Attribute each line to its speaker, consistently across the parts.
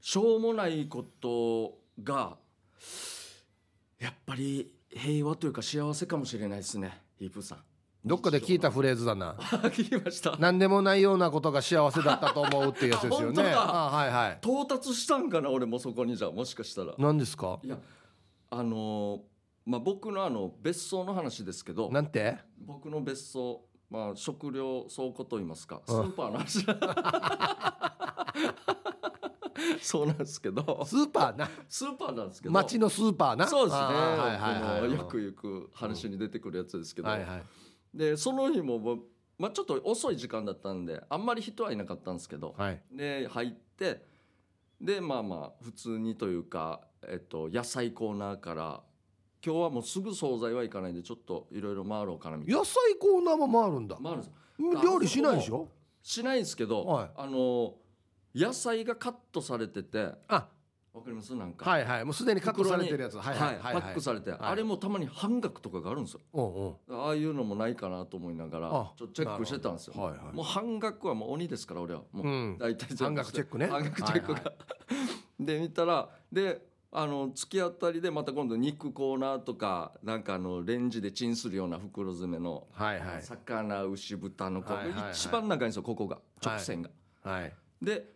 Speaker 1: しょうもないことがやっぱり平和というか幸せかもしれないですねヒープーさん
Speaker 2: どっかで聞いたフレーズだな
Speaker 1: あ 聞きました
Speaker 2: 何でもないようなことが幸せだったと思うっていうやつですよね
Speaker 1: 本当だ
Speaker 2: あはいはい
Speaker 1: 到達したんかな俺もそこにじゃあもしかしたら
Speaker 2: 何ですか
Speaker 1: いやあのーまあ僕のあの別荘の話ですけど
Speaker 2: なんて
Speaker 1: 僕の別荘まあ食料倉庫と言いますかス
Speaker 2: うん
Speaker 1: ーパーの 話そうなんですけど
Speaker 2: スーパーな
Speaker 1: スーパーなんですけど
Speaker 2: 町のスーパーな
Speaker 1: そうですね、
Speaker 2: あーはいはい
Speaker 1: こ
Speaker 2: はい
Speaker 1: のよくよく話に出てくるやつですけど、
Speaker 2: はいはい
Speaker 1: でその日も、ままあ、ちょっと遅い時間だったんであんまり人はいなかったんですけど、
Speaker 2: はい
Speaker 1: で入ってでまあまあ普通にというか、えっと、野菜コーナーから今日はもうすぐ惣菜はいかないんでちょっといろいろ回ろうかなみたい
Speaker 2: 野菜コーナーも回るんだ
Speaker 1: な回るんです
Speaker 2: 料理しないでしょ
Speaker 1: しないんですけど、
Speaker 2: はい
Speaker 1: あの野菜がカットされててわ
Speaker 2: あ
Speaker 1: かりますなんか、
Speaker 2: はいはいもうすでにカットされてるやつ
Speaker 1: は
Speaker 2: はいいはいはい
Speaker 1: パ
Speaker 2: は
Speaker 1: ッ
Speaker 2: い
Speaker 1: クされて、あれもたまに半額とかがあるんですよ
Speaker 2: うんうん
Speaker 1: ああいうのもないかなと思いながら
Speaker 2: あ
Speaker 1: ちょっとチェックしてたんですよ、
Speaker 2: なるほどはいはい
Speaker 1: もう半額はもう鬼ですから俺はもう、
Speaker 2: う ん
Speaker 1: 大体全部
Speaker 2: 半額チェックね
Speaker 1: 半額チェックが、
Speaker 2: は い
Speaker 1: で見たらであの突き当たりでまた今度肉コーナーとかなんかあのレンジでチンするような袋詰めの、
Speaker 2: はいはい
Speaker 1: 魚牛豚のこ、
Speaker 2: はいはいはい
Speaker 1: 一番長いんですよここが直線が、
Speaker 2: はい
Speaker 1: で、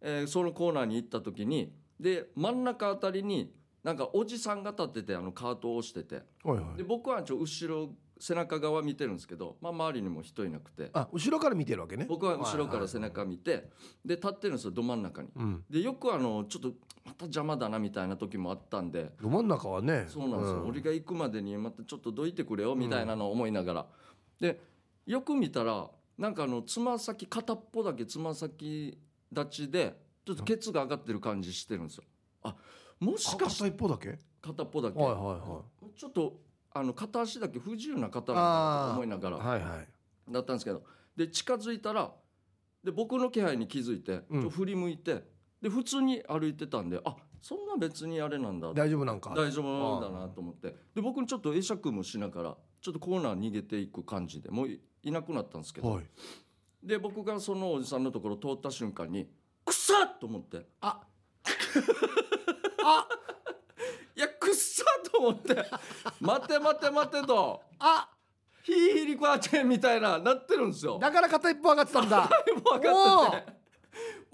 Speaker 1: えーそのコーナーに行った時にで真ん中あたりになんかおじさんが立っててあのカートを押してて
Speaker 2: はいは
Speaker 1: で
Speaker 2: い
Speaker 1: 僕はちょ後ろ背中側見てるんですけど、まあ、周りにも人いなくて
Speaker 2: あ後ろから見てるわけね
Speaker 1: 僕は後ろから背
Speaker 2: はい
Speaker 1: 中見てで立ってるんですよど真ん中に。
Speaker 2: はいうん
Speaker 1: でよくあのちょっとまた邪魔だなみたいな時もあったんで
Speaker 2: ど真ん中はね
Speaker 1: そうなんですよ、俺が行くまでにまたちょっとどいてくれよみたいなのを思いながら、でよく見たらなんかあのつま先片っぽだけつま先立ちでちょっとケツが上がってる感じしてるんですよあもしかして
Speaker 2: 片一方だけはい
Speaker 1: 片っぽだけ、
Speaker 2: はいは
Speaker 1: ちょっとあの片足だけ不自由な方だなと思いなが
Speaker 2: い
Speaker 1: ら
Speaker 2: はいはい
Speaker 1: だったんですけどで近づいたらで僕の気配に気づいてち
Speaker 2: うん
Speaker 1: ょっと振り向いて、で普通に歩いてたんであそんな別にあれなんだ
Speaker 2: 大丈夫なんか
Speaker 1: 大丈夫なんだなと思ってで僕にちょっと会釈もしながらちょっとコーナー逃げていく感じでもういいなくなったんですけど、
Speaker 2: はい
Speaker 1: で僕がそのおじさんのところ通った瞬間に「くさっ!」と思って「あ あいやくっさ!」と思って「待て待て待て」と
Speaker 2: あ
Speaker 1: 「ヒーヒリコアチェン」みたいななってるんですよ。
Speaker 2: だから片一方上がってたん だ
Speaker 1: でも分かってて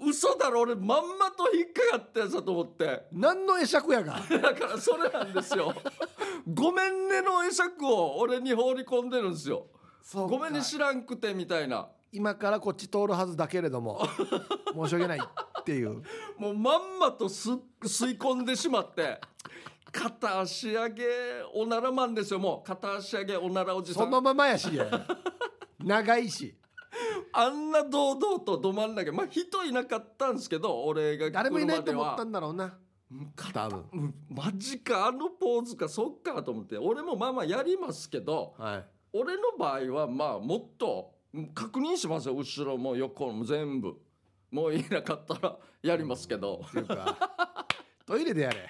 Speaker 1: 嘘だろ俺まんまと引っかかったやつだと思って。
Speaker 2: 何の会釈やが
Speaker 1: だからそれなんですよ。ごめんねの会釈を俺に放り込んでるんですよ。ごめんね知らんくてみたいな。
Speaker 2: 今からこっち通るはずだけれ ども申し訳ないっていう
Speaker 1: もうまんまとす吸い込んでしま って。片足上げおならマンですよもう片足上げおならおじさ
Speaker 2: そ
Speaker 1: ん
Speaker 2: のままやし長いし
Speaker 1: あんな堂々とど真ん中まあ人いなかったんですけど俺が来るまで
Speaker 2: 誰
Speaker 1: は
Speaker 2: もいないと思ったんだろうな
Speaker 1: 片
Speaker 2: 多分
Speaker 1: うんマジかあのポーズかそっかと思って俺もまあまあやりますけど
Speaker 2: はい
Speaker 1: 俺の場合はまあもっと確認しますよ後ろも横も全部もういなかったらやりますけど
Speaker 2: っていうかトイレでや れ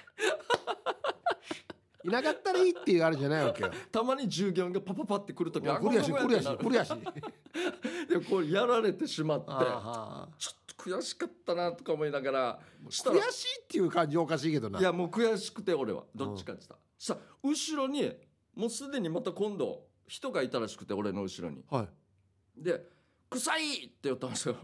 Speaker 2: いなかったらいいっていうあれじゃないわけよ
Speaker 1: たまに従業員がパパパって来るとき
Speaker 2: 来るやし来るやし来るやし
Speaker 1: でこうやられてしまって
Speaker 2: あ
Speaker 1: ちょっと悔しかったなとか思いながらした
Speaker 2: ー
Speaker 1: ら
Speaker 2: 悔しいっていう感じおかしいけどない
Speaker 1: やもう悔しくて俺はどっちかって言ったらさ後ろにもうすでにまた今度人がいたらしくて俺の後ろに
Speaker 2: はい
Speaker 1: で「臭い!」って言ったんですよ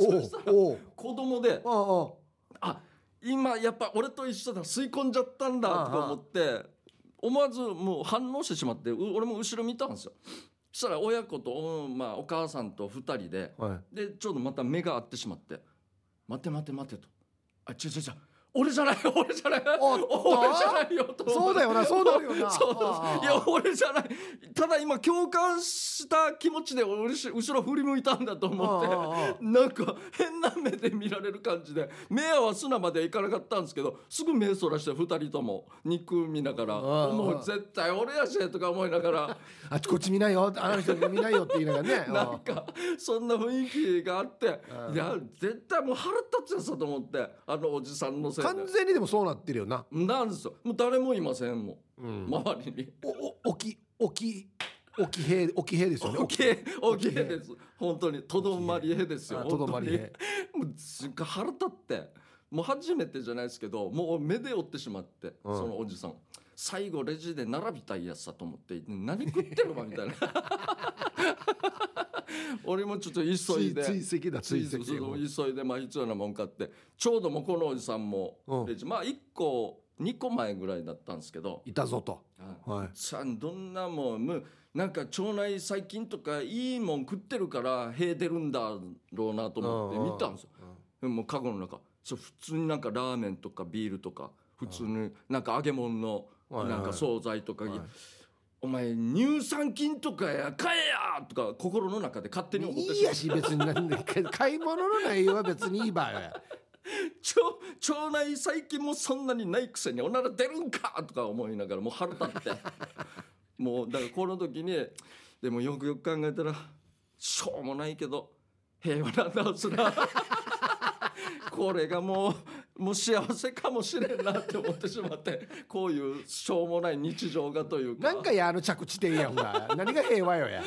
Speaker 2: お
Speaker 1: そしたら
Speaker 2: お
Speaker 1: 子供で
Speaker 2: おおお
Speaker 1: あ今やっぱ俺と一緒だ吸い込んじゃったんだとか思って思わずもう反応してしまってう俺も後ろ見たんですよそしたら親子と、うんまあ、お母さんと2人で
Speaker 2: はい
Speaker 1: でちょうどまた目が合ってしまって「待て待て待て」と「あ違う違う違う俺じゃない俺じゃない
Speaker 2: おっと
Speaker 1: 俺じゃないよ」と思って
Speaker 2: そうだ よなそうなるよな
Speaker 1: そう
Speaker 2: あ
Speaker 1: い
Speaker 2: ー
Speaker 1: や俺じゃないただ今共感した気持ちで俺し後ろ振り向いたんだと思って
Speaker 2: ああああ
Speaker 1: なんか変な目で見られる感じで目合わすなまではいかなかったんですけどすぐ目そらして2人とも肉見ながら「
Speaker 2: ああああ
Speaker 1: もう絶対俺やし」とか思いながら
Speaker 2: あっちこっち見ないよあの人見ないよって言いながら ね
Speaker 1: なんかそんな雰囲気があって
Speaker 2: ああ
Speaker 1: いや絶対もう腹立つやつだと思ってあのおじさんの
Speaker 2: う
Speaker 1: せい
Speaker 2: ん完全にでもそうなってるよな、
Speaker 1: でなんですよもう誰もいませんも
Speaker 2: うん
Speaker 1: ん周りに。
Speaker 2: おお沖沖沖兵沖兵ですよね
Speaker 1: オッケー、オッケーです。本当にとどまりへですよ。
Speaker 2: あとどまり
Speaker 1: 本当に。もうすっごい腹立って。もう初めてじゃないですけどもう目で追ってしまって、
Speaker 2: うん
Speaker 1: そのおじさん最後レジで並びたいやつだと思って何食ってるわみたい な俺もちょっと急いで
Speaker 2: 追追跡だ追
Speaker 1: そうそう
Speaker 2: 跡
Speaker 1: 急いでまあ必要なもん買ってちょうどもうこのおじさんも
Speaker 2: うん
Speaker 1: レジまあ1個2個前ぐらいだったんですけど、
Speaker 2: いたぞとはい
Speaker 1: さあどんなもんもうなんか腸内細菌とかいいもん食ってるからへえてるんだろうなと思って見たんですよでももうカゴの中そう普通になんかラーメンとかビールとか普通になんか揚げ物の
Speaker 2: はいはい
Speaker 1: なんか惣菜とか、
Speaker 2: はい
Speaker 1: お前乳酸菌とかや買えやとか心の中で勝手に思っ
Speaker 2: い
Speaker 1: て
Speaker 2: い
Speaker 1: しま
Speaker 2: やし別に何で か買い物の内容は別にいい場合や
Speaker 1: 腸腸内細菌もそんなにないくせにおなら出るんかとか思いながらもう腹立って もうだからこの時にでもよくよく考えたらしょうもないけど平和なんだす なこれがもうもう幸せかもしれんなって思ってしまってこういうしょうもない日常がというか
Speaker 2: なんかやあの着地点やほら何が平和よや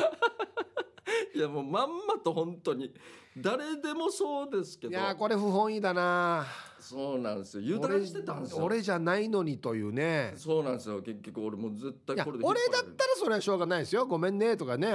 Speaker 1: いやもうまんまと本当に誰でもそうですけ
Speaker 2: い
Speaker 1: ど
Speaker 2: やこれ不本意だな
Speaker 1: そうなんですよ油
Speaker 2: 俺
Speaker 1: 断してたんですよ
Speaker 2: 俺じゃないのにというね
Speaker 1: そうなんですよ結局俺もう絶対
Speaker 2: いや
Speaker 1: これで引っ張
Speaker 2: 俺
Speaker 1: られる
Speaker 2: だったらそれはしょうがないですよごめんねとかね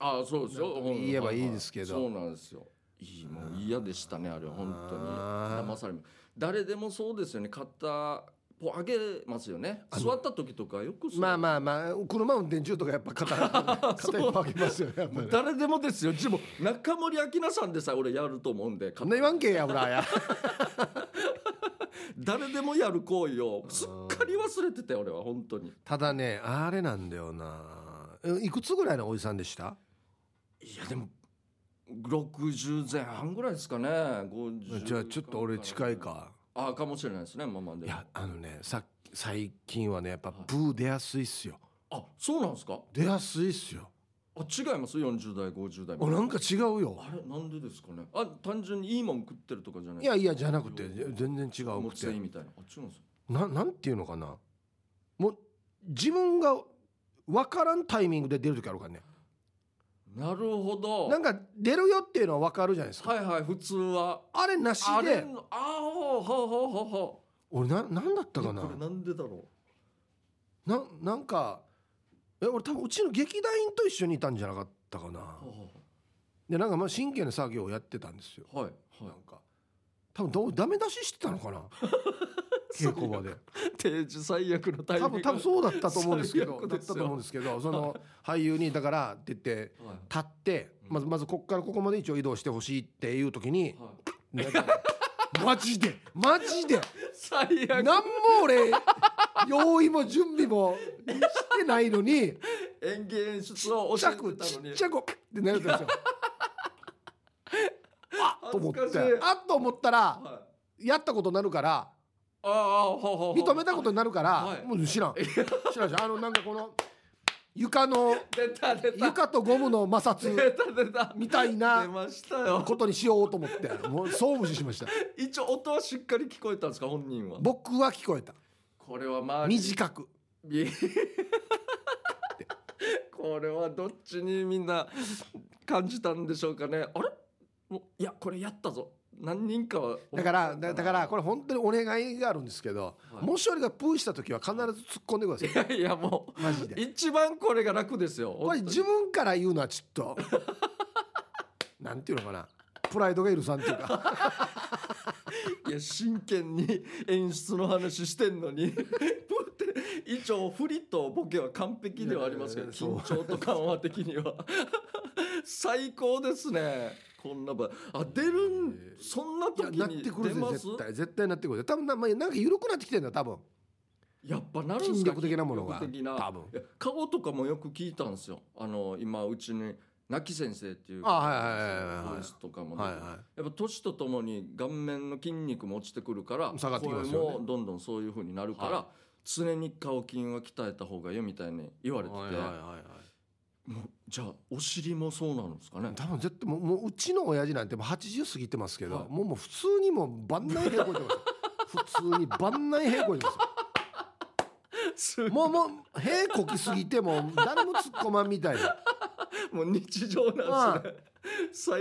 Speaker 1: ああそうですよ
Speaker 2: なんか
Speaker 1: うん
Speaker 2: 言えばいいですけど
Speaker 1: はいはいそうなんですよいいもう嫌でしたねあれは本当に
Speaker 2: あー
Speaker 1: 騙される誰でもそうですよね買ったこう上げますよね座った時とかよくそう
Speaker 2: まあまあまあ車運転中とかやっぱ肩肩いっぱい上げますよね やっぱね
Speaker 1: 誰でもですよ自分中森明菜さんでさえ俺やると思うんで
Speaker 2: そんな言わんけやほらや
Speaker 1: 誰でもやる行為をすっかり忘れてたよ俺は本当に
Speaker 2: ただねあれなんだよなえいくつぐらいのおじさんでした
Speaker 1: いやでも60前半ぐらいですかね50
Speaker 2: じゃあちょっと俺近いか
Speaker 1: ああかもしれないですねまあまあで
Speaker 2: い
Speaker 1: も
Speaker 2: やあのねさ最近はねやっぱブー出やすいっすよ
Speaker 1: あそうなんですか
Speaker 2: 出やすいっすよ
Speaker 1: あ違います40代50代
Speaker 2: あなんか違うよ
Speaker 1: あれなんでですかねあ単純にいいもん食ってるとかじゃない
Speaker 2: いやいやじゃなくて全然違う
Speaker 1: も
Speaker 2: く
Speaker 1: つい
Speaker 2: て
Speaker 1: みたいなあ違うんですよ
Speaker 2: ななんていうのかなもう自分が分からんタイミングで出る時あるからね
Speaker 1: なるほど
Speaker 2: なんか出るよっていうのは分かるじゃないですか、
Speaker 1: はいはい普通は
Speaker 2: あれなし
Speaker 1: あれ
Speaker 2: で
Speaker 1: のあほうほうほうほうほ
Speaker 2: 俺ななんだっ
Speaker 1: う
Speaker 2: たかな
Speaker 1: これなんでだろ
Speaker 2: ななんかえ俺多分うちの劇団員と一緒にいたんじゃなかったかな
Speaker 1: うほ
Speaker 2: でなんかまあ真剣な作業をやってたんですよ
Speaker 1: うはい
Speaker 2: な
Speaker 1: は
Speaker 2: んか多分どうダメ出ししてたの かな稽古場で
Speaker 1: い定時最悪のタイミ
Speaker 2: 多
Speaker 1: ング
Speaker 2: 分多分そうだったと思うんですけど
Speaker 1: 最悪
Speaker 2: だっ
Speaker 1: です
Speaker 2: た
Speaker 1: よ
Speaker 2: と思うんですけどその俳優にだからって言って
Speaker 1: はい
Speaker 2: 立ってまずまずこっからここまで一応移動してほしいっていう 時に
Speaker 1: はい
Speaker 2: なんかマジでマジで
Speaker 1: 最
Speaker 2: なん
Speaker 1: 悪
Speaker 2: も俺用意も準備もしてないのに
Speaker 1: 演芸演出を
Speaker 2: ち
Speaker 1: 教
Speaker 2: っ
Speaker 1: え
Speaker 2: ちゃく
Speaker 1: て
Speaker 2: ち
Speaker 1: たの
Speaker 2: っ
Speaker 1: に
Speaker 2: ちゃくってなるんですよ。 あっと思って
Speaker 1: 恥ずかしい
Speaker 2: あっと思ったら
Speaker 1: はい
Speaker 2: やったことになるから
Speaker 1: ああほうほうほう
Speaker 2: 認めたことになるから、
Speaker 1: はい
Speaker 2: もう知らん知らんしあのなんかこの床の
Speaker 1: 出た出た
Speaker 2: 床とゴムの摩擦
Speaker 1: 出た出た
Speaker 2: みたい
Speaker 1: 出
Speaker 2: な
Speaker 1: ましたよ
Speaker 2: ことにしようと思ってもうそう無視しました
Speaker 1: 一応音はしっかり聞こえたんですか本人は
Speaker 2: 僕は聞こえた
Speaker 1: これはまあ
Speaker 2: 短く
Speaker 1: いや これはどっちにみんな感じたんでしょうかねあれもういやこれやったぞ何人かは
Speaker 2: だからだだからこれ本当にお願いがあるんですけど、
Speaker 1: はい
Speaker 2: もし俺がプーした時は必ず突っ込んでくださ い
Speaker 1: いやいやも
Speaker 2: マジ
Speaker 1: う
Speaker 2: で
Speaker 1: 一番これが楽ですよ
Speaker 2: これ
Speaker 1: 本当に
Speaker 2: 自分から言うのはちょっと なんていうのかなプライドが許さんってい うか
Speaker 1: いや真剣に演出の話してんのにプって一応振りとボケは完璧ではありますけど
Speaker 2: いやいやい
Speaker 1: 緊張
Speaker 2: や
Speaker 1: と緩和的には最高ですねこんな場合あ出るんそんない
Speaker 2: や
Speaker 1: 時
Speaker 2: なっ
Speaker 1: に
Speaker 2: てく
Speaker 1: 出
Speaker 2: るぜ
Speaker 1: ます
Speaker 2: 絶対絶対なってくるぜ多分な,、まあ、なんか緩くなってきてんだ多分
Speaker 1: やっぱなるんす
Speaker 2: 筋
Speaker 1: か
Speaker 2: 力的なものが
Speaker 1: 筋力的な
Speaker 2: 多分
Speaker 1: いや顔とかもよく聞いたんですよあの今うちに泣き先生っていう
Speaker 2: あはいはいはいはいはい
Speaker 1: ボイスとかも出て
Speaker 2: はいは
Speaker 1: やっぱ年とともに顔面の筋肉も落ちてくるから
Speaker 2: 下がってきますよね
Speaker 1: 声もどんどんそういう風になるから、
Speaker 2: は
Speaker 1: 常に顔筋は鍛えた方がいいみたいに言わ
Speaker 2: い
Speaker 1: れてて、
Speaker 2: はいはいはい
Speaker 1: もうじゃあお尻もそうなんですかね
Speaker 2: 多分絶対もうもううちの親父なんてもう80過ぎてますけど、
Speaker 1: はい
Speaker 2: もうもう普通にもう万内平行してますよ 普通に万内平行してますよ もうもう平こきすぎてもう誰も突っ込まんみたいな
Speaker 1: もう日常なんですね、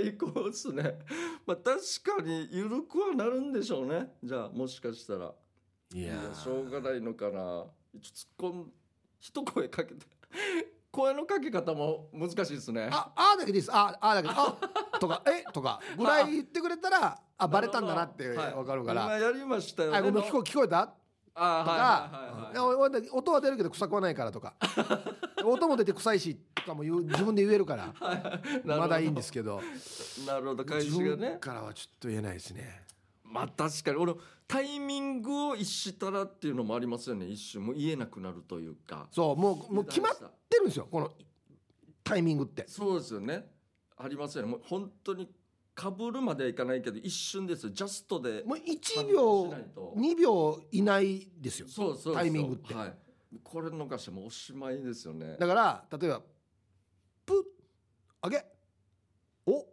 Speaker 1: 最高ですねまあ確かに緩くはなるんでしょうねじゃあもしかしたら
Speaker 2: い
Speaker 1: い
Speaker 2: や
Speaker 1: や
Speaker 2: ー
Speaker 1: しょうがないのかなちょっと突っ込ん一声かけて声のかけ方も難しいですね
Speaker 2: ああーだけでいいですああーだけであとかえとかぐらい言ってくれたらあバレたんだなって
Speaker 1: はい
Speaker 2: わかるから、
Speaker 1: 今やりましたよね
Speaker 2: あごめん聞こ聞こえたと
Speaker 1: あーはいはいはい
Speaker 2: か、
Speaker 1: はい
Speaker 2: うんいや音は出るけど臭くはないから とか音も出て臭いしとかも言う自分で言える からまだいいんですけど
Speaker 1: なるほど返し
Speaker 2: 自
Speaker 1: が
Speaker 2: 分
Speaker 1: ね
Speaker 2: からはちょっと言えないですね
Speaker 1: まあ確かに俺タイミングを一したらっていうのもありますよね一瞬もう言えなくなるというか
Speaker 2: そうもうもう決まっ
Speaker 1: 油断した
Speaker 2: てるんですよこのタイミングって
Speaker 1: そうですよねありますよねもう本当にかぶるまではいかないけど一瞬ですよジャストで
Speaker 2: もう1
Speaker 1: 反応し
Speaker 2: 秒
Speaker 1: ないと
Speaker 2: 2秒以内ですよ
Speaker 1: そうそうそう
Speaker 2: タイミングって
Speaker 1: はい、これ逃してもうおしまいですよね
Speaker 2: だから例えばプッあげお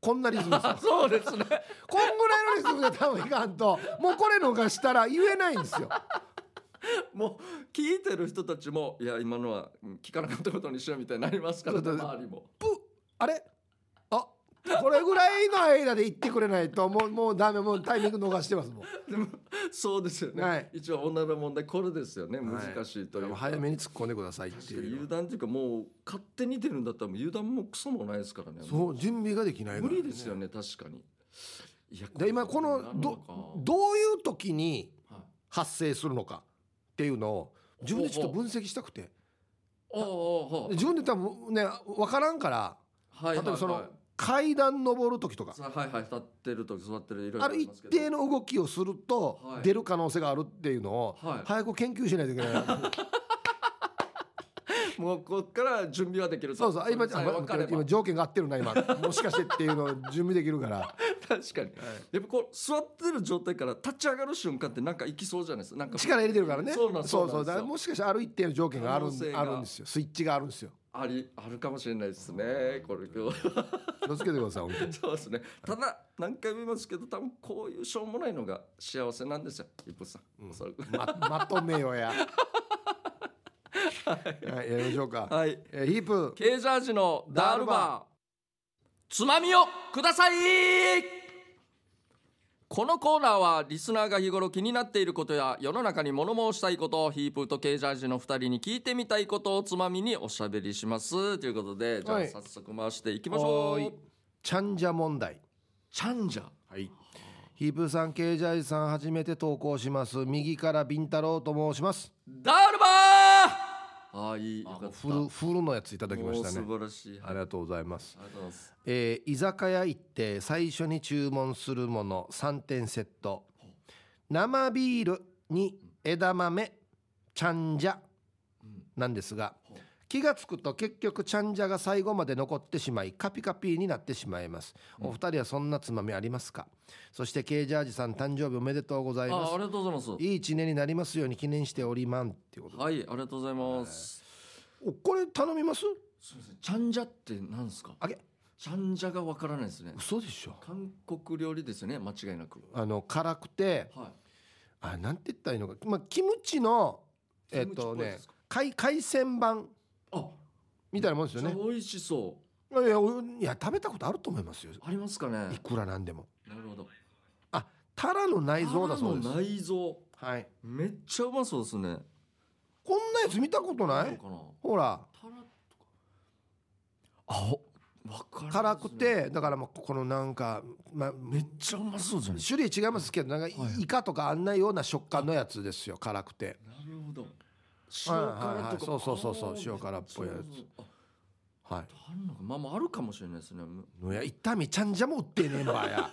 Speaker 2: こんなリズ ムですよ
Speaker 1: そうですね
Speaker 2: こんぐらいのリズムで多分いかんともうこれ逃したら言えないんですよ
Speaker 1: もう聞いてる人たちもいや今のはうん聞かなかったことにしようみたいになりますから、ね、
Speaker 2: そうだ
Speaker 1: 周りも
Speaker 2: あれあこれぐらいの間で言ってくれないともうもうダメもうタイミング逃してますもう
Speaker 1: でもそうですよね、
Speaker 2: はい
Speaker 1: 一応女の問題これですよね
Speaker 2: は
Speaker 1: 難
Speaker 2: い
Speaker 1: しいというか、
Speaker 2: 早めに突っ込んでくださいってい
Speaker 1: 油
Speaker 2: う
Speaker 1: 断というかもう勝手に出るんだったらもう油断もクソもないですからね
Speaker 2: そう準備ができないから
Speaker 1: 無理ですよね確かにいや
Speaker 2: で今こ
Speaker 1: な
Speaker 2: の
Speaker 1: る
Speaker 2: ど
Speaker 1: か
Speaker 2: どういう時に
Speaker 1: はい
Speaker 2: 発生するのかっていうのを自分でちょっと分析したくて
Speaker 1: おうおうおう
Speaker 2: 自分で多分ね分からんから
Speaker 1: はい
Speaker 2: 例
Speaker 1: はい
Speaker 2: え
Speaker 1: は
Speaker 2: ば
Speaker 1: い
Speaker 2: その階段登る時とか
Speaker 1: さはいはい立ってる時座ってるいろいろ
Speaker 2: ある一定
Speaker 1: の
Speaker 2: の動きをすると
Speaker 1: はい
Speaker 2: 出る可能性があるっていうのを
Speaker 1: はい
Speaker 2: 早く研究しないといけ ないな
Speaker 1: もうこっから準備はできると
Speaker 2: そうそうあ今
Speaker 1: れさえ分かれ
Speaker 2: 今
Speaker 1: ば
Speaker 2: 今条件が合ってるな今もしかしてっていうのを準備でき るから
Speaker 1: 確かにやっぱこう座ってる状態から立ち上がる瞬間ってなんかいきそうじゃないですかなんか
Speaker 2: 力入れてるからね
Speaker 1: そうなん
Speaker 2: そう
Speaker 1: そうなん
Speaker 2: そうだか
Speaker 1: ですよ
Speaker 2: らもしかしてある一定の条件がある
Speaker 1: 可能性
Speaker 2: ん
Speaker 1: が
Speaker 2: あるんですよスイッチがあるんですよ
Speaker 1: ありあるかもしれないですねこれ今日
Speaker 2: 気をつけてください本当に
Speaker 1: そうですね。ただ何回も言いますけど、多分こういうしょうもないのが幸せなんですよ。一歩さん、おそらく。
Speaker 2: ままとめようやはいやりましょうか
Speaker 1: はい。
Speaker 2: えーヒープ
Speaker 1: ケージャージのダールバー。つまみをください。このコーナーはリスナーが日頃気になっていることや世の中に物申したいことをヒープーとケージャージの2人に聞いてみたいことをつまみにおしゃべりしますということでじゃあ
Speaker 2: はい
Speaker 1: 早速回していきましょ
Speaker 2: お
Speaker 1: う、
Speaker 2: ーいちゃんじゃ問題
Speaker 1: チャンジャ
Speaker 2: はいヒープさんケージャージさん初めて投稿します右からビンタロウと申します
Speaker 1: ダールバーああいいよかった
Speaker 2: フルフルのやついただきました
Speaker 1: も
Speaker 2: ね
Speaker 1: う素晴らしい。
Speaker 2: ありがとうございます
Speaker 1: ありがとうございます。
Speaker 2: えー居酒屋行って最初に注文するもの3点セット生ビールに枝豆ちゃんじゃなんですが
Speaker 1: ほう
Speaker 2: 気がつくと結局ちゃんじゃが最後まで残ってしまいカピカピになってしまいますお二人はそんなつまみありますかそしてケージャージさん誕生日おめでとうございま
Speaker 1: あ、あ
Speaker 2: す
Speaker 1: りがとうございます。
Speaker 2: いい一年になりますように記念しておりまんっていうことで
Speaker 1: はい、ありがとうございます。
Speaker 2: おこれ頼みます
Speaker 1: すみません、チャンジャってなんですか。
Speaker 2: あげ
Speaker 1: チャンジャがわからないですね。
Speaker 2: 嘘でしょ
Speaker 1: 韓国料理ですよね、間違いなく。
Speaker 2: あの辛くて
Speaker 1: は
Speaker 2: あなんて言ったらいいのか、まあ、キムチの
Speaker 1: キム
Speaker 2: え
Speaker 1: チ
Speaker 2: っ
Speaker 1: っぽ
Speaker 2: と
Speaker 1: いで
Speaker 2: ね
Speaker 1: すか
Speaker 2: 海海鮮版
Speaker 1: い。あ、
Speaker 2: みたいなもんですよ
Speaker 1: じゃあ
Speaker 2: ね
Speaker 1: 美味しそ
Speaker 2: いやいやおいや食べたことあると思いますよ
Speaker 1: う。ありますかね。
Speaker 2: いくらなんでも
Speaker 1: なるほど。
Speaker 2: あタラの内臓だそうです
Speaker 1: タラの内臓。
Speaker 2: はい
Speaker 1: めっちゃうまそうですね。
Speaker 2: こんなやつ見たことな
Speaker 1: そう
Speaker 2: い
Speaker 1: かな。
Speaker 2: ほら
Speaker 1: タラとか。あ、おわからな
Speaker 2: 辛
Speaker 1: いです
Speaker 2: く
Speaker 1: ね。
Speaker 2: てだからまあこのなんか、まあ、
Speaker 1: めっちゃうまそうじゃない。
Speaker 2: 種類違いますけどなんか
Speaker 1: はい
Speaker 2: イカとかあんなような食感のやつですよ辛くて
Speaker 1: なるほど。塩
Speaker 2: はいはいはい
Speaker 1: 辛とか。
Speaker 2: そうそうそうそう
Speaker 1: あー
Speaker 2: 塩辛っぽいやつ
Speaker 1: そうそうあ
Speaker 2: は
Speaker 1: あるのかまあまああるかもしれないですねむ
Speaker 2: いのや痛みちゃんじゃも売ってねえばや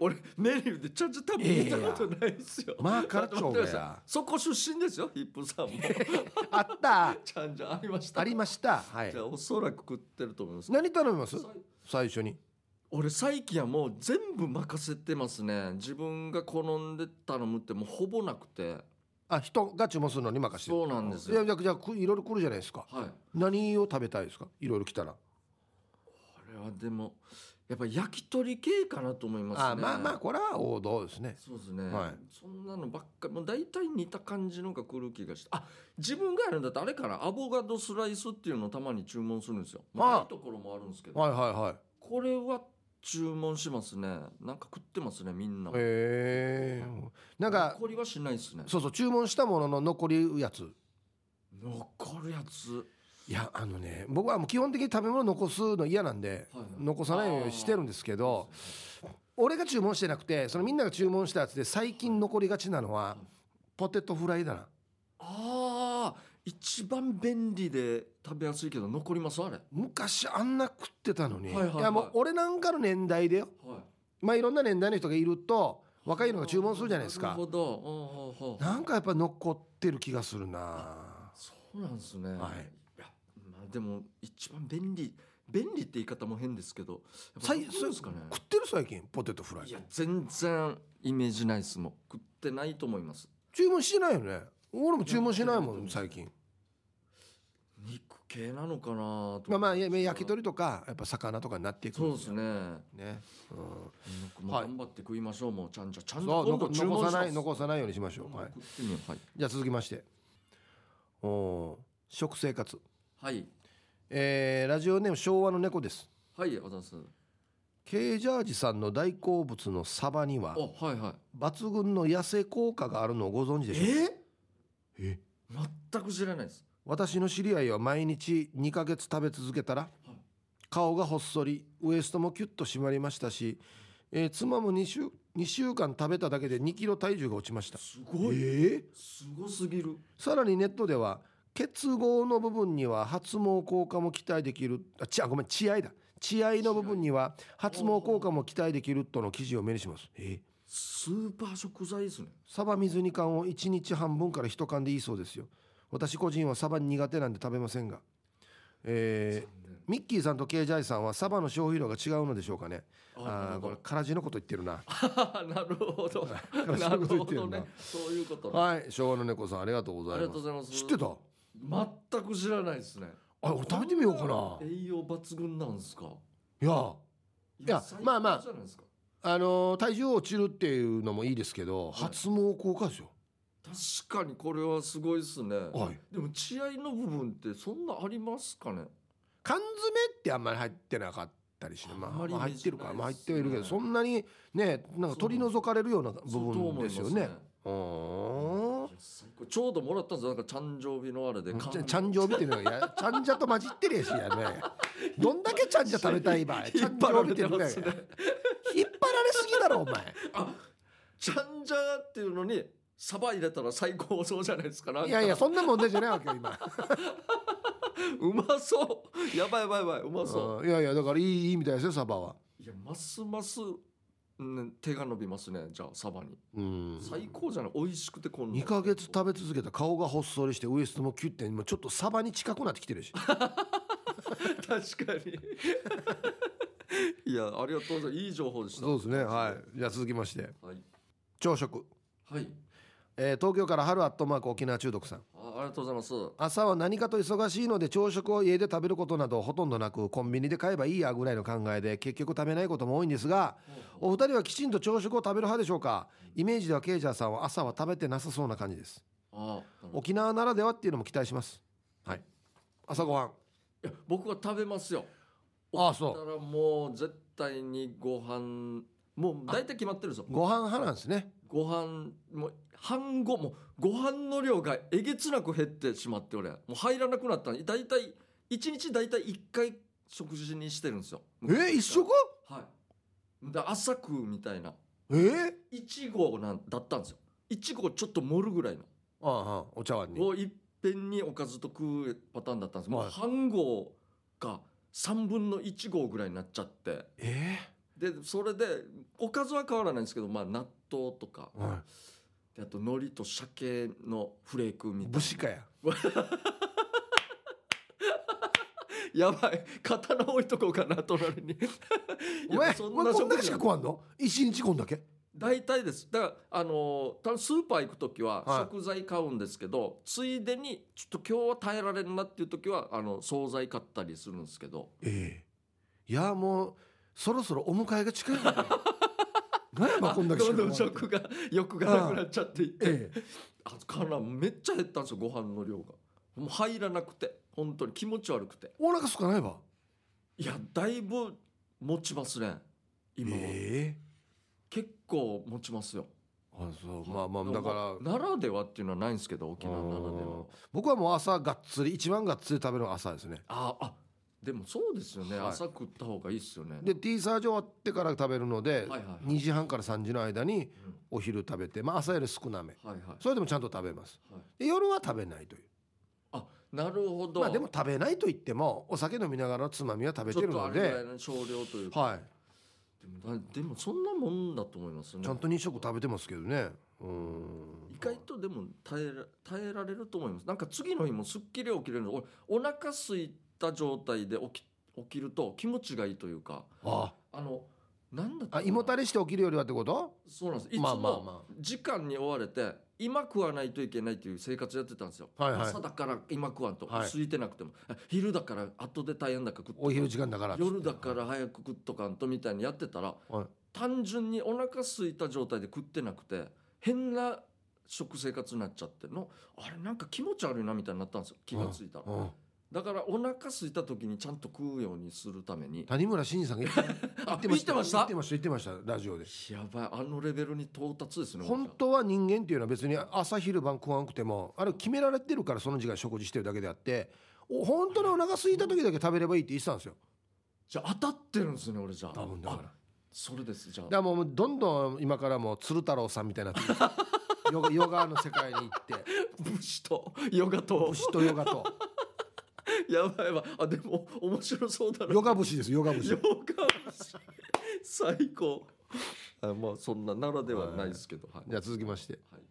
Speaker 1: 俺メリルでちゃんと多分見たことないですよ、
Speaker 2: マーカラチョウ
Speaker 1: 待って
Speaker 2: が
Speaker 1: 待って
Speaker 2: や
Speaker 1: そこ出身ですよヒップさんも
Speaker 2: あった
Speaker 1: ちゃんじゃんありました
Speaker 2: ありましたはい
Speaker 1: じゃあおそらく食ってると思います
Speaker 2: 何頼みます
Speaker 1: さい
Speaker 2: 最初に
Speaker 1: 俺最近はもう全部任せてますね自分が好んで頼むってもうほぼなくて
Speaker 2: あ人が注文するのに任せて
Speaker 1: そうなんです
Speaker 2: いや
Speaker 1: よ
Speaker 2: じゃあじゃあくいろいろ来るじゃないですか
Speaker 1: はい
Speaker 2: 何を食べたいですかいろいろ来たら
Speaker 1: これはでもやっぱ焼き鳥系かなと思いますね
Speaker 2: あまあまあこれは王道ですね
Speaker 1: そうですね、
Speaker 2: はい
Speaker 1: そんなのばっかりもう大体似た感じのが来る気がしてあ自分がやるんだってあれかなアボカドスライスっていうのをたまに注文するんですよ、まあ、
Speaker 2: ああ
Speaker 1: いいところもあるんですけど
Speaker 2: はいはいはい
Speaker 1: これは注文しますねなんか食ってますねみんな、
Speaker 2: へえなんか
Speaker 1: 残りはしないですね
Speaker 2: そうそう注文したものの残りやつ
Speaker 1: 残るやつ
Speaker 2: いやあのね僕はもう基本的に食べ物残すの嫌なんで、
Speaker 1: はいはい
Speaker 2: 残さないようにしてるんですけど俺が注文してなくてそのみんなが注文したやつで最近残りがちなのはポテトフライだな
Speaker 1: ああ一番便利で食べやすいけど残りますあれ
Speaker 2: 昔あんな食ってたの
Speaker 1: は
Speaker 2: に、
Speaker 1: いはいはい
Speaker 2: やもう俺なんかの年代でよ
Speaker 1: はい
Speaker 2: まあいろんな年代の人がいると若いのが注文するじゃないです
Speaker 1: な
Speaker 2: か
Speaker 1: るほどうんうんうん
Speaker 2: なんかやっぱ残ってる気がするな
Speaker 1: そうなんですね、
Speaker 2: はい
Speaker 1: やまあでも一番便利便利って言い方も変ですけどやっぱ
Speaker 2: 最
Speaker 1: そうですかね
Speaker 2: 食ってる最近ポテトフラ
Speaker 1: い
Speaker 2: イ
Speaker 1: や全然イメージないですもん食ってないと思います
Speaker 2: 注文してないよね俺も注文しないもん最近
Speaker 1: 肉系なのかな
Speaker 2: まあまあいや
Speaker 1: 焼
Speaker 2: 焼き鳥とかやっぱ魚とかになっていく
Speaker 1: そうですね
Speaker 2: ね、う
Speaker 1: なんかもう
Speaker 2: はい
Speaker 1: 頑張って食いましょうもうちゃんじゃちゃん
Speaker 2: ん、
Speaker 1: と
Speaker 2: そ
Speaker 1: 今
Speaker 2: う
Speaker 1: 度
Speaker 2: 残
Speaker 1: 注文し
Speaker 2: 残
Speaker 1: ます
Speaker 2: さない残さないようにしましょう、
Speaker 1: は
Speaker 2: はいい、、
Speaker 1: はい
Speaker 2: じゃあ続きましておー食生活、
Speaker 1: はい
Speaker 2: えーラジオネーム昭和の猫です
Speaker 1: はいおざす
Speaker 2: ケージャージさんの大好物のサバには
Speaker 1: あはいはい
Speaker 2: 抜群の痩せ効果があるのをご存知
Speaker 1: え
Speaker 2: でしょうか
Speaker 1: ー
Speaker 2: え
Speaker 1: 全く知らないです
Speaker 2: 私の知り合いは毎日2ヶ月食べ続けたら
Speaker 1: い
Speaker 2: 顔がほっそりウエストもキュッと締まりましたし、えー妻も 2, 週2週間食べただけで2キロ体重が落ちました
Speaker 1: すごい、
Speaker 2: え
Speaker 1: すごすぎる
Speaker 2: さらにネットでは結合の部分には発毛効果も期待できるあちあごめん血合いだ血合いの部分には発毛効果も期待できるとの記事を目にしますえ
Speaker 1: スーパー食材ですね
Speaker 2: サバ水煮缶を1日半分から1缶でいいそうですよ私個人はサバ苦手なんで食べませんがえーミッキーさんとケージャイさんはサバの消費量が違うのでしょうかねああーこれ辛子のこと言ってるな
Speaker 1: あなる ほど なるほどねそういうことね
Speaker 2: はい昭和の猫さんありがとうご
Speaker 1: あ
Speaker 2: ざ
Speaker 1: りがと
Speaker 2: いま
Speaker 1: うご
Speaker 2: す
Speaker 1: ざいます
Speaker 2: 知ってた
Speaker 1: 全く知らないですね
Speaker 2: あ俺食べてみようかな
Speaker 1: 栄養抜群なんですか
Speaker 2: いや
Speaker 1: い
Speaker 2: やまあまあ
Speaker 1: 最高じゃないですか
Speaker 2: あのー体重落ちるっていうのもいいですけど、
Speaker 1: はい
Speaker 2: 発毛効果ですよ。
Speaker 1: 確かにこれはすごいですね
Speaker 2: はい。
Speaker 1: でも血合いの部分ってそんなありますかね
Speaker 2: 缶詰ってあんまり入ってなかったりしね、まあ、
Speaker 1: あんまり
Speaker 2: まあ入ってるか、
Speaker 1: イメージないですね
Speaker 2: まあ入ってはいるけど、そんなにね、なんか取り除かれるような部分ですよ
Speaker 1: そう
Speaker 2: ね。う
Speaker 1: 思い
Speaker 2: ー
Speaker 1: ますねいや最高ちょうどもらったんですよなんか誕生日のあれで
Speaker 2: ん。ちゃちゃんじょう見てるのがい や、ちゃんじゃと混じってるやしやね。どんだけちゃんじゃ食べたい場合、ち
Speaker 1: 引
Speaker 2: ゃん
Speaker 1: っ
Speaker 2: じ
Speaker 1: 張
Speaker 2: ょ
Speaker 1: ら
Speaker 2: う見
Speaker 1: れて
Speaker 2: てるぐ
Speaker 1: ま
Speaker 2: らい。
Speaker 1: す
Speaker 2: 引っ
Speaker 1: ね
Speaker 2: 張られすぎだろお前。
Speaker 1: ちゃんじゃっていうのにサバ入れたら最高そうじゃないですかなんか
Speaker 2: いやいや、そんな問題じゃないわけよ今。
Speaker 1: うまそうやばいやばいやばいうま そう
Speaker 2: うんいやいや、だからいいいいみたいですよサバは。
Speaker 1: いやますます、うん、手が伸びますねじゃあサバに、
Speaker 2: うん。
Speaker 1: 最高じゃない美味しくてこんな
Speaker 2: 2ヶ月食べ続けた顔がほっそりしてウエストもキュッて今ちょっとサバに近くなってきて る し
Speaker 1: 確かに いやありがとうございますいい情報でした
Speaker 2: いじゃあ続きまして
Speaker 1: はい、
Speaker 2: 朝食、
Speaker 1: はい、
Speaker 2: えー東京から春アットマーク沖縄中毒さん
Speaker 1: あありがとうございます
Speaker 2: 朝は何かと忙しいので朝食を家で食べることなどほとんどなくコンビニで買えばいいやぐらいの考えで結局食べないことも多いんですがお二人はきちんと朝食を食べる派でしょうかイメージではケイジャーさんは朝は食べてなさそうな感じです
Speaker 1: あなるほど
Speaker 2: 沖縄ならではっていうのも期待しますはい朝ごはん
Speaker 1: いや僕は食べますよ
Speaker 2: ああ
Speaker 1: だか
Speaker 2: そ
Speaker 1: らもう絶対にご飯もう大体決まってるんですよ
Speaker 2: うご飯派なんですね
Speaker 1: ご飯もう半後もうご飯の量がえげつなく減ってしまって俺もう入らなくなったの大体一日大体1回食事にしてるんですよ
Speaker 2: えー一食
Speaker 1: はいだ朝食うみたいな
Speaker 2: えー
Speaker 1: いちごなんだったんですよいちごちょっと盛るぐらいの
Speaker 2: ああああお茶碗に
Speaker 1: をいっぺんにおかずと食うパターンだったんですも
Speaker 2: は
Speaker 1: う
Speaker 2: い
Speaker 1: 半合が3分の1合ぐらいになっちゃって
Speaker 2: え
Speaker 1: でそれでおかずは変わらないんですけど、まあ、納豆とか
Speaker 2: えは
Speaker 1: であと海苔と鮭のフレークみ
Speaker 2: い
Speaker 1: た
Speaker 2: 武
Speaker 1: い
Speaker 2: 士かや
Speaker 1: なやばい刀置いとこうかな隣に
Speaker 2: お前
Speaker 1: そん
Speaker 2: お
Speaker 1: な
Speaker 2: 前こんだ
Speaker 1: 食
Speaker 2: け
Speaker 1: 事
Speaker 2: しか食わんの一日こんだけ
Speaker 1: 大体ですだからあのー多分スーパー行く時は
Speaker 2: はい
Speaker 1: 食材買うんですけど、ついでにちょっと今日は耐えられんなっていう時はあの惣菜買ったりするんですけど
Speaker 2: ええいやもうそろそろお迎え が近いわね何やまこんだけし
Speaker 1: ど
Speaker 2: か
Speaker 1: んど
Speaker 2: 食
Speaker 1: ん
Speaker 2: わん
Speaker 1: 食が 欲がなくなっちゃっていって、
Speaker 2: ええ
Speaker 1: あからめっちゃ減ったんですよご飯の量がもう入らなくて本当に気持ち悪くて
Speaker 2: お腹すかないわ
Speaker 1: いやだいぶ持ちますね今は、
Speaker 2: え
Speaker 1: 結構持ちますよ
Speaker 2: えあそうまあまあだから
Speaker 1: ら奈良ではっていうのはないんですけど沖縄ならでは
Speaker 2: 僕はもう朝がっつり一番がっつり食べるのが朝ですね
Speaker 1: ああでもそうですよね、
Speaker 2: はい
Speaker 1: 朝食った方がいいですよね
Speaker 2: でティーサージ終わってから食べるの
Speaker 1: は
Speaker 2: で、
Speaker 1: いはいはい
Speaker 2: 2時半から3時の間にお昼食べて、まあ、朝より少なめ
Speaker 1: はいはい
Speaker 2: それでもちゃんと食べます
Speaker 1: はい
Speaker 2: で夜は食べないという
Speaker 1: あなるほど、
Speaker 2: まあでも食べないと言ってもお酒飲みながらのつまみは食べ
Speaker 1: ち
Speaker 2: て
Speaker 1: ょ
Speaker 2: る
Speaker 1: っとあ
Speaker 2: の
Speaker 1: れぐらい
Speaker 2: で
Speaker 1: の少量というか、
Speaker 2: は
Speaker 1: でもあでもそんなもんだと思います
Speaker 2: い
Speaker 1: ね
Speaker 2: ちゃんと2食食べてますけどねうん
Speaker 1: 意外とでも耐えら耐えられると思いますなんか次の日もすっきり起きれるのおお腹すいた状態で起き起きると気持ちがいいというか
Speaker 2: あ
Speaker 1: あのなんだったか
Speaker 2: あ
Speaker 1: な
Speaker 2: 胃もたれして起きるよりはってこと
Speaker 1: そうなんですいつ
Speaker 2: まあまあ
Speaker 1: も
Speaker 2: ま
Speaker 1: 時間に追われて今食わないといけないという生活やってたんですよ、
Speaker 2: はいはい
Speaker 1: 朝だから今食わんと、
Speaker 2: はい
Speaker 1: 空いてなくてもあ昼だから後で大変だから食っ
Speaker 2: お
Speaker 1: とかん
Speaker 2: 昼時間だからっつって
Speaker 1: 夜だから早く食っとかんとみたいにやってたら
Speaker 2: はい
Speaker 1: 単純にお腹空いた状態で食ってなくて変な食生活になっちゃってのあれなんか気持ち悪いなみたいになったんですよ気がついたら
Speaker 2: うん
Speaker 1: だからお腹空いた時にちゃんと食うようにするために
Speaker 2: 谷村新司さん が言って
Speaker 1: あ
Speaker 2: 言ってました
Speaker 1: 言
Speaker 2: 言ってました言ってましたラジオで
Speaker 1: やばいあのレベルに到達ですね
Speaker 2: 本当は人間っていうのは別に朝昼晩食わなくてもあれ決められてるからその時間食事してるだけであってお本当にお腹空いた時だけ食べればいいって言ってたんですよ
Speaker 1: じゃあ当たってるんですね俺じゃあ
Speaker 2: 多分だから
Speaker 1: あそれですじゃ
Speaker 2: だ
Speaker 1: あ
Speaker 2: からもうどんどん今からもう鶴太郎さんみたいになって くるヨガヨガの世界に行って
Speaker 1: 武士とヨガと
Speaker 2: 武士とヨガと
Speaker 1: やばいやばいあでも面白そうだな
Speaker 2: ヨガ武士ですヨガ武士
Speaker 1: ヨガ節最高あまあそんなならではないですけどはい
Speaker 2: じゃあ続きまして
Speaker 1: はい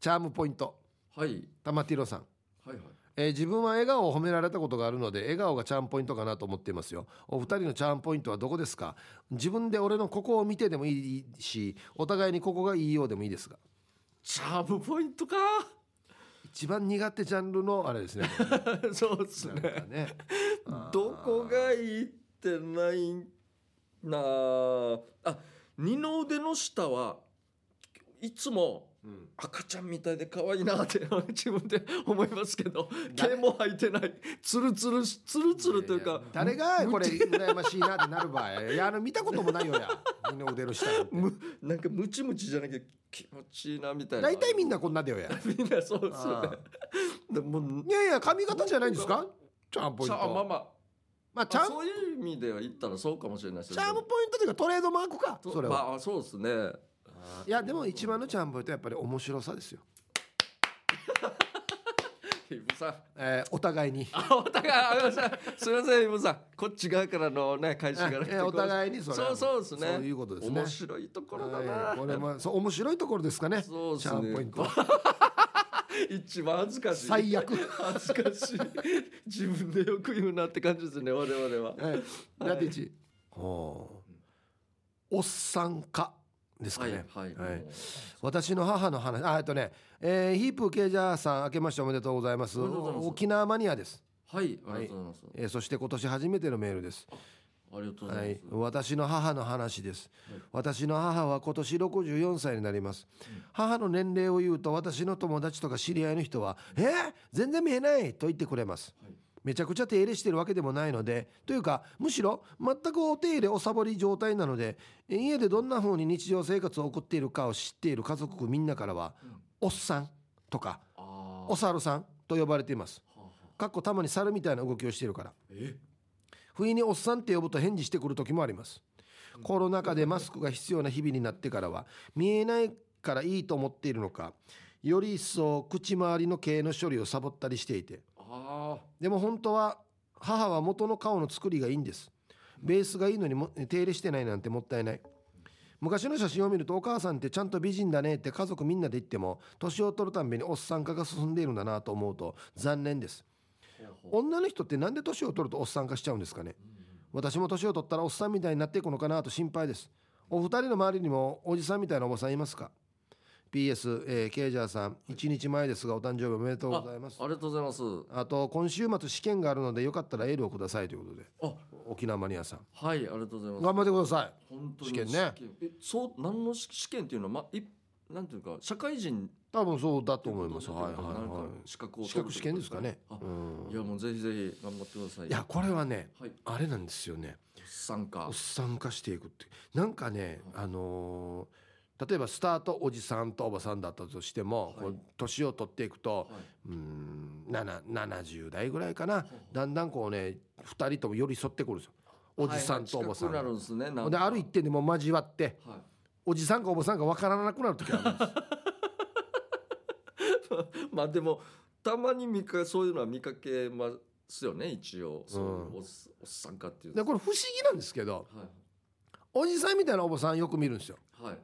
Speaker 2: チャームポイント
Speaker 1: はい
Speaker 2: 玉ティロさん
Speaker 1: はいはい
Speaker 2: えー自分は笑顔を褒められたことがあるので笑顔がチャームポイントかなと思っていますよお二人のチャームポイントはどこですか自分で俺のここを見てでもいいしお互いにここがいいようでもいいですが
Speaker 1: チャームポイントか
Speaker 2: 一番苦手ジャンルのあれですね
Speaker 1: そうです
Speaker 2: なんか
Speaker 1: ね
Speaker 2: ね
Speaker 1: どこがいいってないなああ二の腕の下はいつも
Speaker 2: うん
Speaker 1: 赤ちゃんみたいで可愛いなって 自分で思いますけど
Speaker 2: だ
Speaker 1: 毛も生えてないツルツルツルツルという
Speaker 2: いや
Speaker 1: か
Speaker 2: いや誰がこれ羨ましいなってなる場合 いやあの見たこともないよや二の腕の下なんて
Speaker 1: むなんかムチムチじゃなきゃ気持ちいいなみたいな
Speaker 2: 大体みんなこんなでよや
Speaker 1: みんなそうですよね
Speaker 2: あ
Speaker 1: でもう
Speaker 2: いやいや髪型じゃないんですかチャームポイン
Speaker 1: さあまあ
Speaker 2: ト
Speaker 1: まあ
Speaker 2: まあチャ
Speaker 1: あ
Speaker 2: ーム
Speaker 1: そういう意味では言ったらそうかもしれないです
Speaker 2: チ
Speaker 1: ね
Speaker 2: ャームポイントというかトレードマークか
Speaker 1: と
Speaker 2: それは
Speaker 1: まあそうですね
Speaker 2: いやでも一番のチャンポイントはやっぱり面白さですよ、
Speaker 1: イブさん
Speaker 2: えーお互いに、
Speaker 1: あお互いあごめんなさいすみませんイブさんこっち側からのね返しが
Speaker 2: えーお互いにそれは
Speaker 1: そうそうですね
Speaker 2: そういうことですね
Speaker 1: 面白いところだな、
Speaker 2: はい、これもそう面白いところですかね
Speaker 1: そうです
Speaker 2: チャ
Speaker 1: ね
Speaker 2: ンポイント
Speaker 1: 一番恥ずかしい
Speaker 2: 最悪、
Speaker 1: 恥ずかしい自分でよく言うなって感じですね我々は
Speaker 2: えー、ラティチ、ほうおっさんかですか
Speaker 1: はい
Speaker 2: ね、
Speaker 1: はい、
Speaker 2: はい私の母の話あえっとね、えーヒープーケージャーさん明けましておめでとうございます
Speaker 1: おめでとうございます
Speaker 2: 沖縄マニアです、
Speaker 1: はい、ありがとうございます、
Speaker 2: えーそして今年初めてのメールです
Speaker 1: ありがとうござ
Speaker 2: はいい、私の母の話です、
Speaker 1: はい
Speaker 2: 私の母は今年64歳になります、母の年齢を言うと私の友達とか知り合いの人は「えー、全然見えない!」と言ってくれます、
Speaker 1: はい
Speaker 2: めちゃくちゃ手入れしてるわけでもないのでというかむしろ全くお手入れおさぼり状態なのでえ家でどんな風に日常生活を送っているかを知っている家族みんなからは
Speaker 1: うん
Speaker 2: 「おっさん」とか
Speaker 1: あ
Speaker 2: 「
Speaker 1: ー
Speaker 2: お猿さん」と呼ばれています
Speaker 1: はあはあ
Speaker 2: かっこたまに猿みたいな動きをしているから
Speaker 1: え
Speaker 2: 不意におっさんって呼ぶと返事してくる時もありますコロナ禍でマスクが必要な日々になってからは見えないからいいと思っているのかより一層口周りの毛の処理をサボったりしていて
Speaker 1: あ
Speaker 2: でも本当は母は元の顔の作りがいいんですベースがいいのにも手入れしてないなんてもったいない昔の写真を見るとお母さんってちゃんと美人だねって家族みんなで言っても年を取るたんびにおっさん化が進んでいるんだなと思うと残念です
Speaker 1: ーほうほう
Speaker 2: 女の人ってなんで年を取るとおっさん化しちゃうんですかね私も年を取ったらおっさんみたいになっていくのかなと心配ですお二人の周りにもおじさんみたいなおばさんいますか PS、えーケイジャーさん1日前ですがお誕生日おめでとうございます
Speaker 1: ありがとうございます
Speaker 2: あと今週末試験があるのでよかったらエールをくださいということで
Speaker 1: あ
Speaker 2: 沖縄マニアさん
Speaker 1: はいありがとうございます
Speaker 2: 頑張ってください
Speaker 1: 本当に
Speaker 2: 試験ね
Speaker 1: えそう何の試試験っていうのは、ま、いなんていうか社会人
Speaker 2: 多分そうだと
Speaker 1: と
Speaker 2: 思います。はいはいは
Speaker 1: 資格を取
Speaker 2: い。資
Speaker 1: る
Speaker 2: 格試験ですかね。
Speaker 1: あ
Speaker 2: うん
Speaker 1: いやもうぜひぜひ頑張ってください
Speaker 2: いやこれはね
Speaker 1: はい
Speaker 2: あれなんですよね。
Speaker 1: 参加
Speaker 2: おっさん化していくってなんかね、あのー例えばスタートおじさんとおばさんだったとしても、
Speaker 1: はい
Speaker 2: こう年を取っていくと、
Speaker 1: はいう
Speaker 2: ーん7 70代ぐらいかな、だんだんこうね2人とも寄り添ってくるんですよおじさんとおばさん
Speaker 1: はい
Speaker 2: が、
Speaker 1: はい近くなるんですねなんか
Speaker 2: である一点でもう交わって
Speaker 1: はい
Speaker 2: おじさんかおばさんか分からなくなる時あるんです
Speaker 1: まあでもたまに見かそういうのは見かけますよね一応そう
Speaker 2: うん
Speaker 1: おっすおっさんかっていう
Speaker 2: でこれ不思議なんですけどおじさんみたいなおばさんよく見るんですよ
Speaker 1: はい、はい、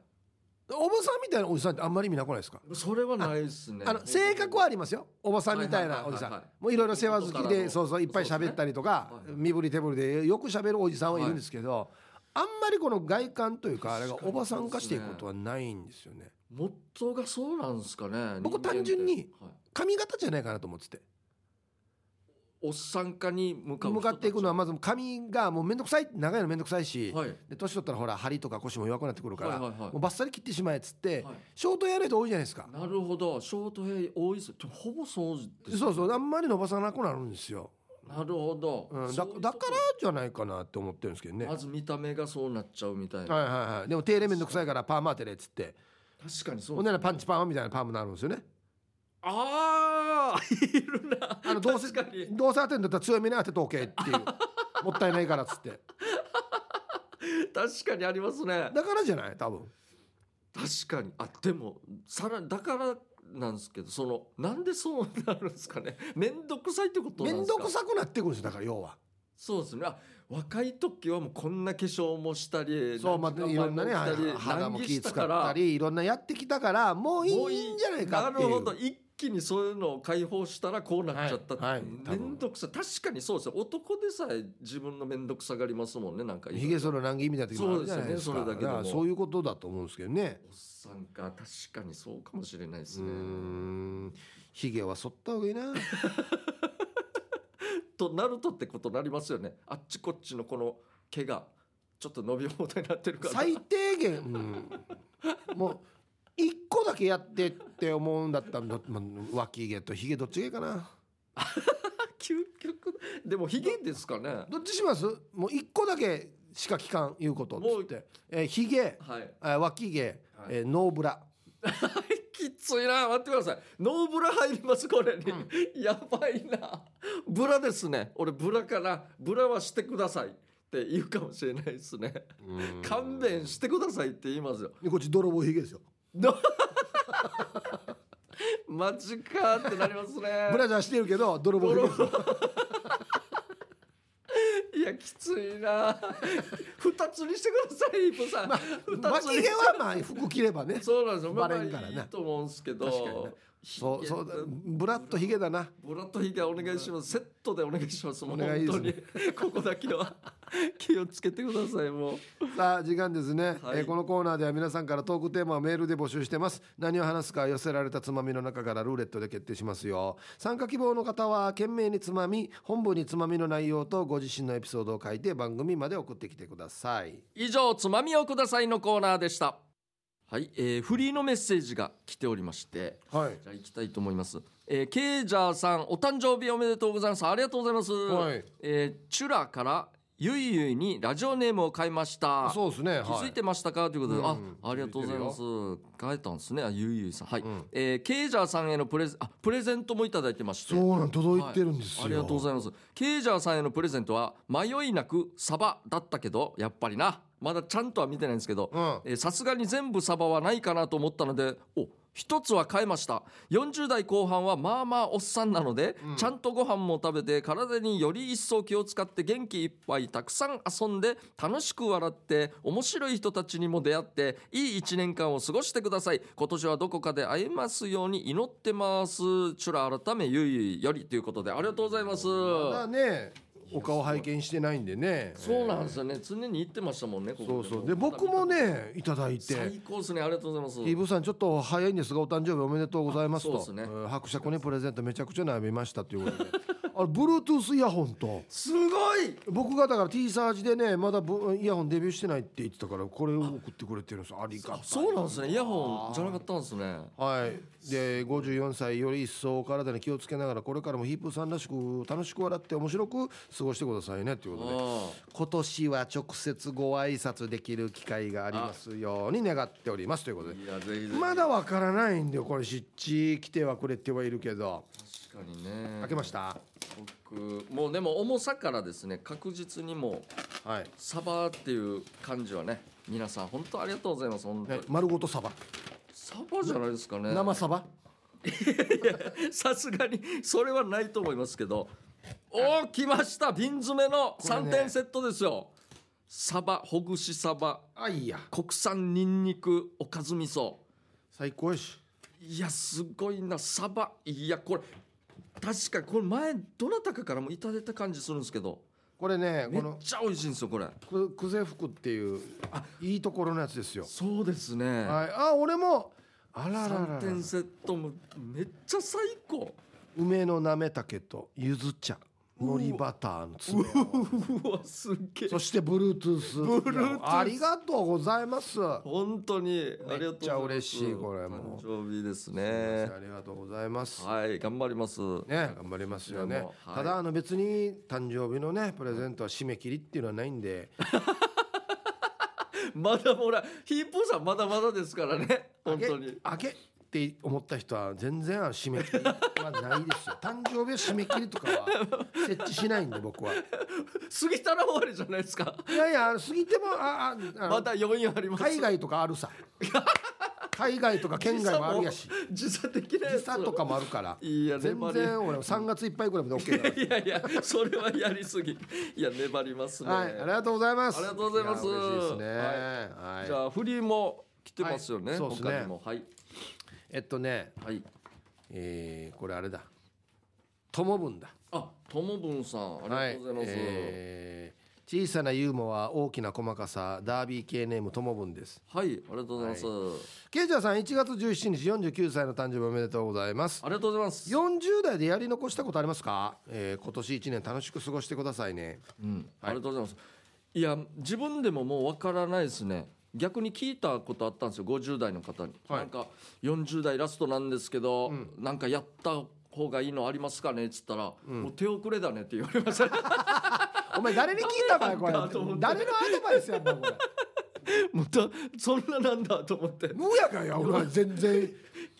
Speaker 2: おばさんみたいなおじさんってあんまり見なくないですか
Speaker 1: それはないですね
Speaker 2: あの性格はあ
Speaker 1: り
Speaker 2: りますよおばさんみたいなおじさ
Speaker 1: はいはいはい
Speaker 2: ん
Speaker 1: はい
Speaker 2: もういろいろ世話好き
Speaker 1: 大人
Speaker 2: で
Speaker 1: の
Speaker 2: そうそういっぱい喋ったりとか
Speaker 1: そうですねはいはい
Speaker 2: 身振り手振りでよく喋るおじさんはいるんですけどあんまりこの外観というかあれが
Speaker 1: 確かに
Speaker 2: おばさん化していくことはないんですよね
Speaker 1: 元がそうなんですかね人間
Speaker 2: 僕
Speaker 1: って
Speaker 2: 単純に
Speaker 1: はい
Speaker 2: 髪型じゃないかなと思ってて
Speaker 1: おっさん化に向かう人
Speaker 2: 向
Speaker 1: たち
Speaker 2: かっていくのはまず髪がもうめんどくさい長いのめんどくさいし
Speaker 1: はい
Speaker 2: で年取ったらほら針とか腰も弱くなってくるから
Speaker 1: はいは
Speaker 2: も
Speaker 1: いはいう
Speaker 2: バッサリ切ってしまえっつって
Speaker 1: はい
Speaker 2: ショートヘアの人多いじゃないですか
Speaker 1: なるほどショートヘイ多いですでもほぼそうです
Speaker 2: そうそうあんまり伸ばさなくなるんですよ
Speaker 1: なるほど、
Speaker 2: うん
Speaker 1: そ
Speaker 2: だ
Speaker 1: ういうとこ
Speaker 2: だからじゃないかなって思ってるんですけどね
Speaker 1: まず見た目がそうなっちゃうみたいな、
Speaker 2: はいはいはいでも手入れめんどくさいからパーマ当てれっつって
Speaker 1: 確かにそう
Speaker 2: ほんならパンチパーマみたいなパーマになるんですよね
Speaker 1: ああいるな
Speaker 2: あのどうせ
Speaker 1: 確かに
Speaker 2: どうせ当てんだったら強めに当てとけっていう もったいないからっつって
Speaker 1: 確かにありますね
Speaker 2: だからじゃない多分
Speaker 1: 確かにあでもさらだからなんですけどそのなんでそうなるんですかね面倒くさいってことな
Speaker 2: め
Speaker 1: ん
Speaker 2: ん
Speaker 1: です
Speaker 2: ど
Speaker 1: か
Speaker 2: くさくなってくるんですよだから要は
Speaker 1: そうですねあ若い時はもうこんな化粧もしたり
Speaker 2: そうまたいろんなね
Speaker 1: 何時間前も起きたり
Speaker 2: 肌も
Speaker 1: 乱
Speaker 2: 気
Speaker 1: した
Speaker 2: 使
Speaker 1: か
Speaker 2: った
Speaker 1: ら
Speaker 2: りいろんなやってきたからもうい
Speaker 1: もう
Speaker 2: いんじゃないかってい
Speaker 1: なる
Speaker 2: う
Speaker 1: ほど一気にそういうのを解放したらこうなっちゃったって、
Speaker 2: はいはい多
Speaker 1: め
Speaker 2: 分
Speaker 1: んどくさい確かにそうですよ男でさえ自分の面倒くさがりますもんねなんか
Speaker 2: ひげ剃る難儀みたいな時もあるじゃないですか
Speaker 1: そうですよねそれだけでも
Speaker 2: からそういうことだと思うんですけどね
Speaker 1: おっさんか確かにそうかもしれないで
Speaker 2: う
Speaker 1: す
Speaker 2: ー
Speaker 1: ね
Speaker 2: んひげは剃った方がいいな
Speaker 1: となるとってことになりますよねあっちこっちのこの毛がちょっと伸び放題になってるから
Speaker 2: 最低限、うん、もう一個だけやってって思うんだったらど、まあ、脇毛とひげどっちがいいかな
Speaker 1: 究極でもヒゲですかね
Speaker 2: どっちしますもう一個だけしか聞かんいうことっ
Speaker 1: も
Speaker 2: つ
Speaker 1: う
Speaker 2: って、えー、ひげ
Speaker 1: はい
Speaker 2: あ脇毛、えーノーブラ
Speaker 1: きついな待ってくださいノーブラ入りますこれに、やばいなブラですね俺ブラからブラはしてくださいって言うかもしれないですね勘弁してくださいって言いますよ
Speaker 2: こっち泥棒ひげですよ
Speaker 1: マジかってなりますね
Speaker 2: ブラジャーしてるけど泥棒髭ですよ
Speaker 1: いやきついな二つにしてくださいイブさん、二つ
Speaker 2: 脇
Speaker 1: に
Speaker 2: 毛はまあ服着ればね
Speaker 1: そうなんですよまあま
Speaker 2: バレんから
Speaker 1: あ
Speaker 2: ない
Speaker 1: いと思うんですけ
Speaker 2: 確かにな
Speaker 1: ど
Speaker 2: そうそうだ
Speaker 1: だ
Speaker 2: ブラッとひげだな
Speaker 1: ボラとヒゲお願いします。セットでお願いします。もう
Speaker 2: お願い
Speaker 1: 本
Speaker 2: です
Speaker 1: 当
Speaker 2: ね
Speaker 1: にここだけは 気をつけてください。もう
Speaker 2: さあ時間ですね、
Speaker 1: はい
Speaker 2: えーこのコーナーでは皆さんからトークテーマをメールで募集してます何を話すか寄せられたつまみの中からルーレットで決定しますよ参加希望の方は懸命につまみ本部につまみの内容とご自身のエピソードを書いて番組まで送ってきてください
Speaker 1: 以上つまみをくださいのコーナーでした。はい、えーフリーのメッセージが来ておりまして、
Speaker 2: はい
Speaker 1: じゃあ行きたいと思います。えーケイジャーさんお誕生日おめでとうございます。ありがとうございます。
Speaker 2: はい
Speaker 1: えーチュラからゆいゆいにラジオネームを変えました。
Speaker 2: そうですね
Speaker 1: 気づいてましたか、ということで、あ、ありがとうございます。変えたんですね、あゆいゆいさん、はい、えーケイジャーさんへのプレゼ、あ、プレゼントもいただいてまして。
Speaker 2: そうなん届いてるんですよ、
Speaker 1: ありがとうございますケイジャーさんへのプレゼントは迷いなくサバだったけどやっぱりなまだちゃんとは見てないんですけど
Speaker 2: うん
Speaker 1: えーさすがに全部サバはないかなと思ったのでお一つは変えました40代後半はまあまあおっさんなので、ちゃんとご飯も食べて体により一層気を使って元気いっぱいたくさん遊んで楽しく笑って面白い人たちにも出会っていい1年間を過ごしてください今年はどこかで会えますように祈ってますチュラ改めゆいゆいよりということでありがとうございます
Speaker 2: まだねお顔拝見してないんでね
Speaker 1: そうなんですよね常に言ってましたもんねこ
Speaker 2: そ
Speaker 1: こ
Speaker 2: うそうで僕もねいただいて
Speaker 1: 最高ですねありがとうございます
Speaker 2: イブさんちょっと早いんですがお誕生日おめでとうございますと
Speaker 1: あそうですね
Speaker 2: えー伯爵にプレゼントめちゃくちゃ悩みましたということで あれ Bluetooth イヤホンと
Speaker 1: すごい
Speaker 2: 僕がだから T サージでねまだブイヤホンデビューしてないって言ってたからこれを送ってくれてるんですありがたい
Speaker 1: そうなんですねイヤホンじゃなかったんですね
Speaker 2: はい、で54歳より一層お体に気をつけながらこれからもヒープーさんらしく楽しく笑って面白く過ごしてくださいねということで
Speaker 1: あ
Speaker 2: 今年は直接ご挨拶できる機会がありますように願っておりますということで
Speaker 1: いやぜひぜひ
Speaker 2: まだわからないんだよこれ湿地来てはくれてはいるけど
Speaker 1: 確かにね
Speaker 2: 開けました
Speaker 1: 僕もうでも重さからですね確実にもう
Speaker 2: はい、
Speaker 1: サバっていう感じはね皆さん本当ありがとうございます本当
Speaker 2: ね
Speaker 1: に、
Speaker 2: 丸ごとサバ
Speaker 1: サバじゃないですかね
Speaker 2: 生サバ
Speaker 1: さすがにそれはないと思いますけどおお来ました瓶詰めの
Speaker 2: れね
Speaker 1: 3点セットですよ、サバほぐしサバ
Speaker 2: あいいや
Speaker 1: 国産にんにくおかず味噌
Speaker 2: 最高やし
Speaker 1: いやすごいなサバいやこれ確かにこれ前どなたかからもいただいた感じするんですけど
Speaker 2: これね
Speaker 1: め
Speaker 2: こ
Speaker 1: っ
Speaker 2: の
Speaker 1: ちゃ美味しいんですよこれ
Speaker 2: く久世福っていうあいいところのやつですよ
Speaker 1: そうですね、
Speaker 2: はい、あ俺もあららら
Speaker 1: 3
Speaker 2: ら
Speaker 1: 点セットもめっちゃ最高
Speaker 2: 梅のなめたけとゆず茶のりバターの詰め
Speaker 1: うわすっげえ
Speaker 2: そして Bluetooth,
Speaker 1: Bluetooth
Speaker 2: ありがとうございますあ
Speaker 1: 本当にありがとうございます
Speaker 2: めっちゃ嬉しいこれもう
Speaker 1: 誕生日ですね
Speaker 2: りがとうございます、
Speaker 1: はい頑張ります
Speaker 2: ね、頑張りますよね
Speaker 1: こちらもはい
Speaker 2: ただあの別に誕生日のねプレゼントは締め切りっていうのはないんで
Speaker 1: まだほらヒープーさんまだまだですからね 本当に
Speaker 2: あげって思った人は全然締め切りはないですよ 誕生日は締め切りとかは 設置しないんで僕は
Speaker 1: 過ぎたら終わりじゃないですか
Speaker 2: いやいや過ぎてもあああの
Speaker 1: まだ余韻あります
Speaker 2: 海外とかあ るさ海外とか県外もあるやし
Speaker 1: 時差的なや
Speaker 2: 時
Speaker 1: つ
Speaker 2: 差とかもあるから
Speaker 1: いや
Speaker 2: 全
Speaker 1: 粘り
Speaker 2: 然俺3月いっぱいぐらいまで OK だか
Speaker 1: いやいやそれはやりすぎいや粘りますね、
Speaker 2: らはいありがとうございます
Speaker 1: ありがとうございます
Speaker 2: や嬉しいですねはい
Speaker 1: じゃあフリーも来てますよね、
Speaker 2: はいそうですね
Speaker 1: 他にもはい
Speaker 2: えっとね
Speaker 1: はい
Speaker 2: えーこれあれだ友分だ
Speaker 1: あともぶんさんありがとうございます、
Speaker 2: えー小さなユーモア大きな細かさダービー系ネームともぶんです
Speaker 1: はい、ありがとうございます。
Speaker 2: ケイジャーさん1月17日49歳の誕生日おめでとうございます
Speaker 1: ありがとうございます。
Speaker 2: 40代でやり残したことありますか、えー今年1年楽しく過ごしてくださいね
Speaker 1: うん、ありがとうございます。いや、自分でももうわからないですね。逆に聞いたことあったんですよ、50代の方に。
Speaker 2: はい
Speaker 1: なんか、40代ラストなんですけど、なんかやった方がいいのありますかねっつったら、もう手遅れだねって言われました。
Speaker 2: お前誰に聞いたかよこれ
Speaker 1: 誰なんだと思って
Speaker 2: 誰のアドバイスやったこれ
Speaker 1: もうだそんななんだと思って、
Speaker 2: 無やがや俺は全然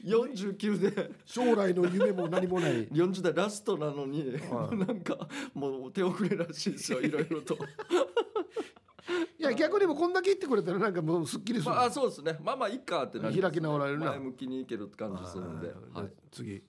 Speaker 1: 49で。
Speaker 2: 将来の夢も何もない
Speaker 1: 40代ラストなのに、もうなんかもう手遅れらしい ですよいろいろと
Speaker 2: いや逆にもこんだけ言ってくれたらなんかもうすっきりする、
Speaker 1: まああそうですねまあまあいっかってなります
Speaker 2: 開き直られるな
Speaker 1: 前向きにいけるって感じするんで、はい、
Speaker 2: 次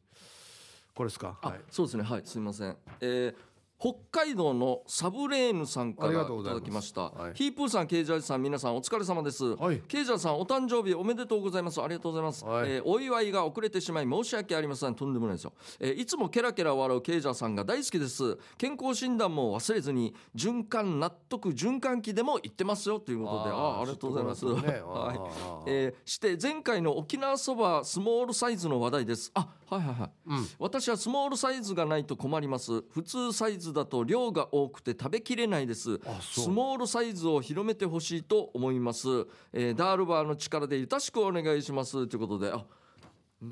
Speaker 2: これですか
Speaker 1: あ
Speaker 2: はい
Speaker 1: そうですねはいすみません、えー北海道のサブレーヌさんか
Speaker 2: あり
Speaker 1: ら
Speaker 2: が
Speaker 1: い
Speaker 2: とうござ
Speaker 1: た
Speaker 2: います
Speaker 1: だきました
Speaker 2: はい
Speaker 1: ヒープーさんケイジャージさん皆さんお疲れ様です、
Speaker 2: はい
Speaker 1: ケイジャージさんお誕生日おめでとうございますありがとうございます、
Speaker 2: はい
Speaker 1: えーお祝いが遅れてしまい申し訳ありませんとんでもないですよ、えーいつもケラケラ笑うケイジャーさんが大好きです健康診断も忘れずに循環納得循環器でも言ってますよということでああーありがとうございます、
Speaker 2: ちょっとこ れ
Speaker 1: はい
Speaker 2: はねあー
Speaker 1: えーして前回の沖縄そばスモールサイズの話題ですあはいはいはい、私はスモールサイズがないと困ります普通サイズだと量が多くて食べきれないです
Speaker 2: あそう
Speaker 1: スモールサイズを広めてほしいと思います、えーダールバーの力でゆたしくお願いしますということであ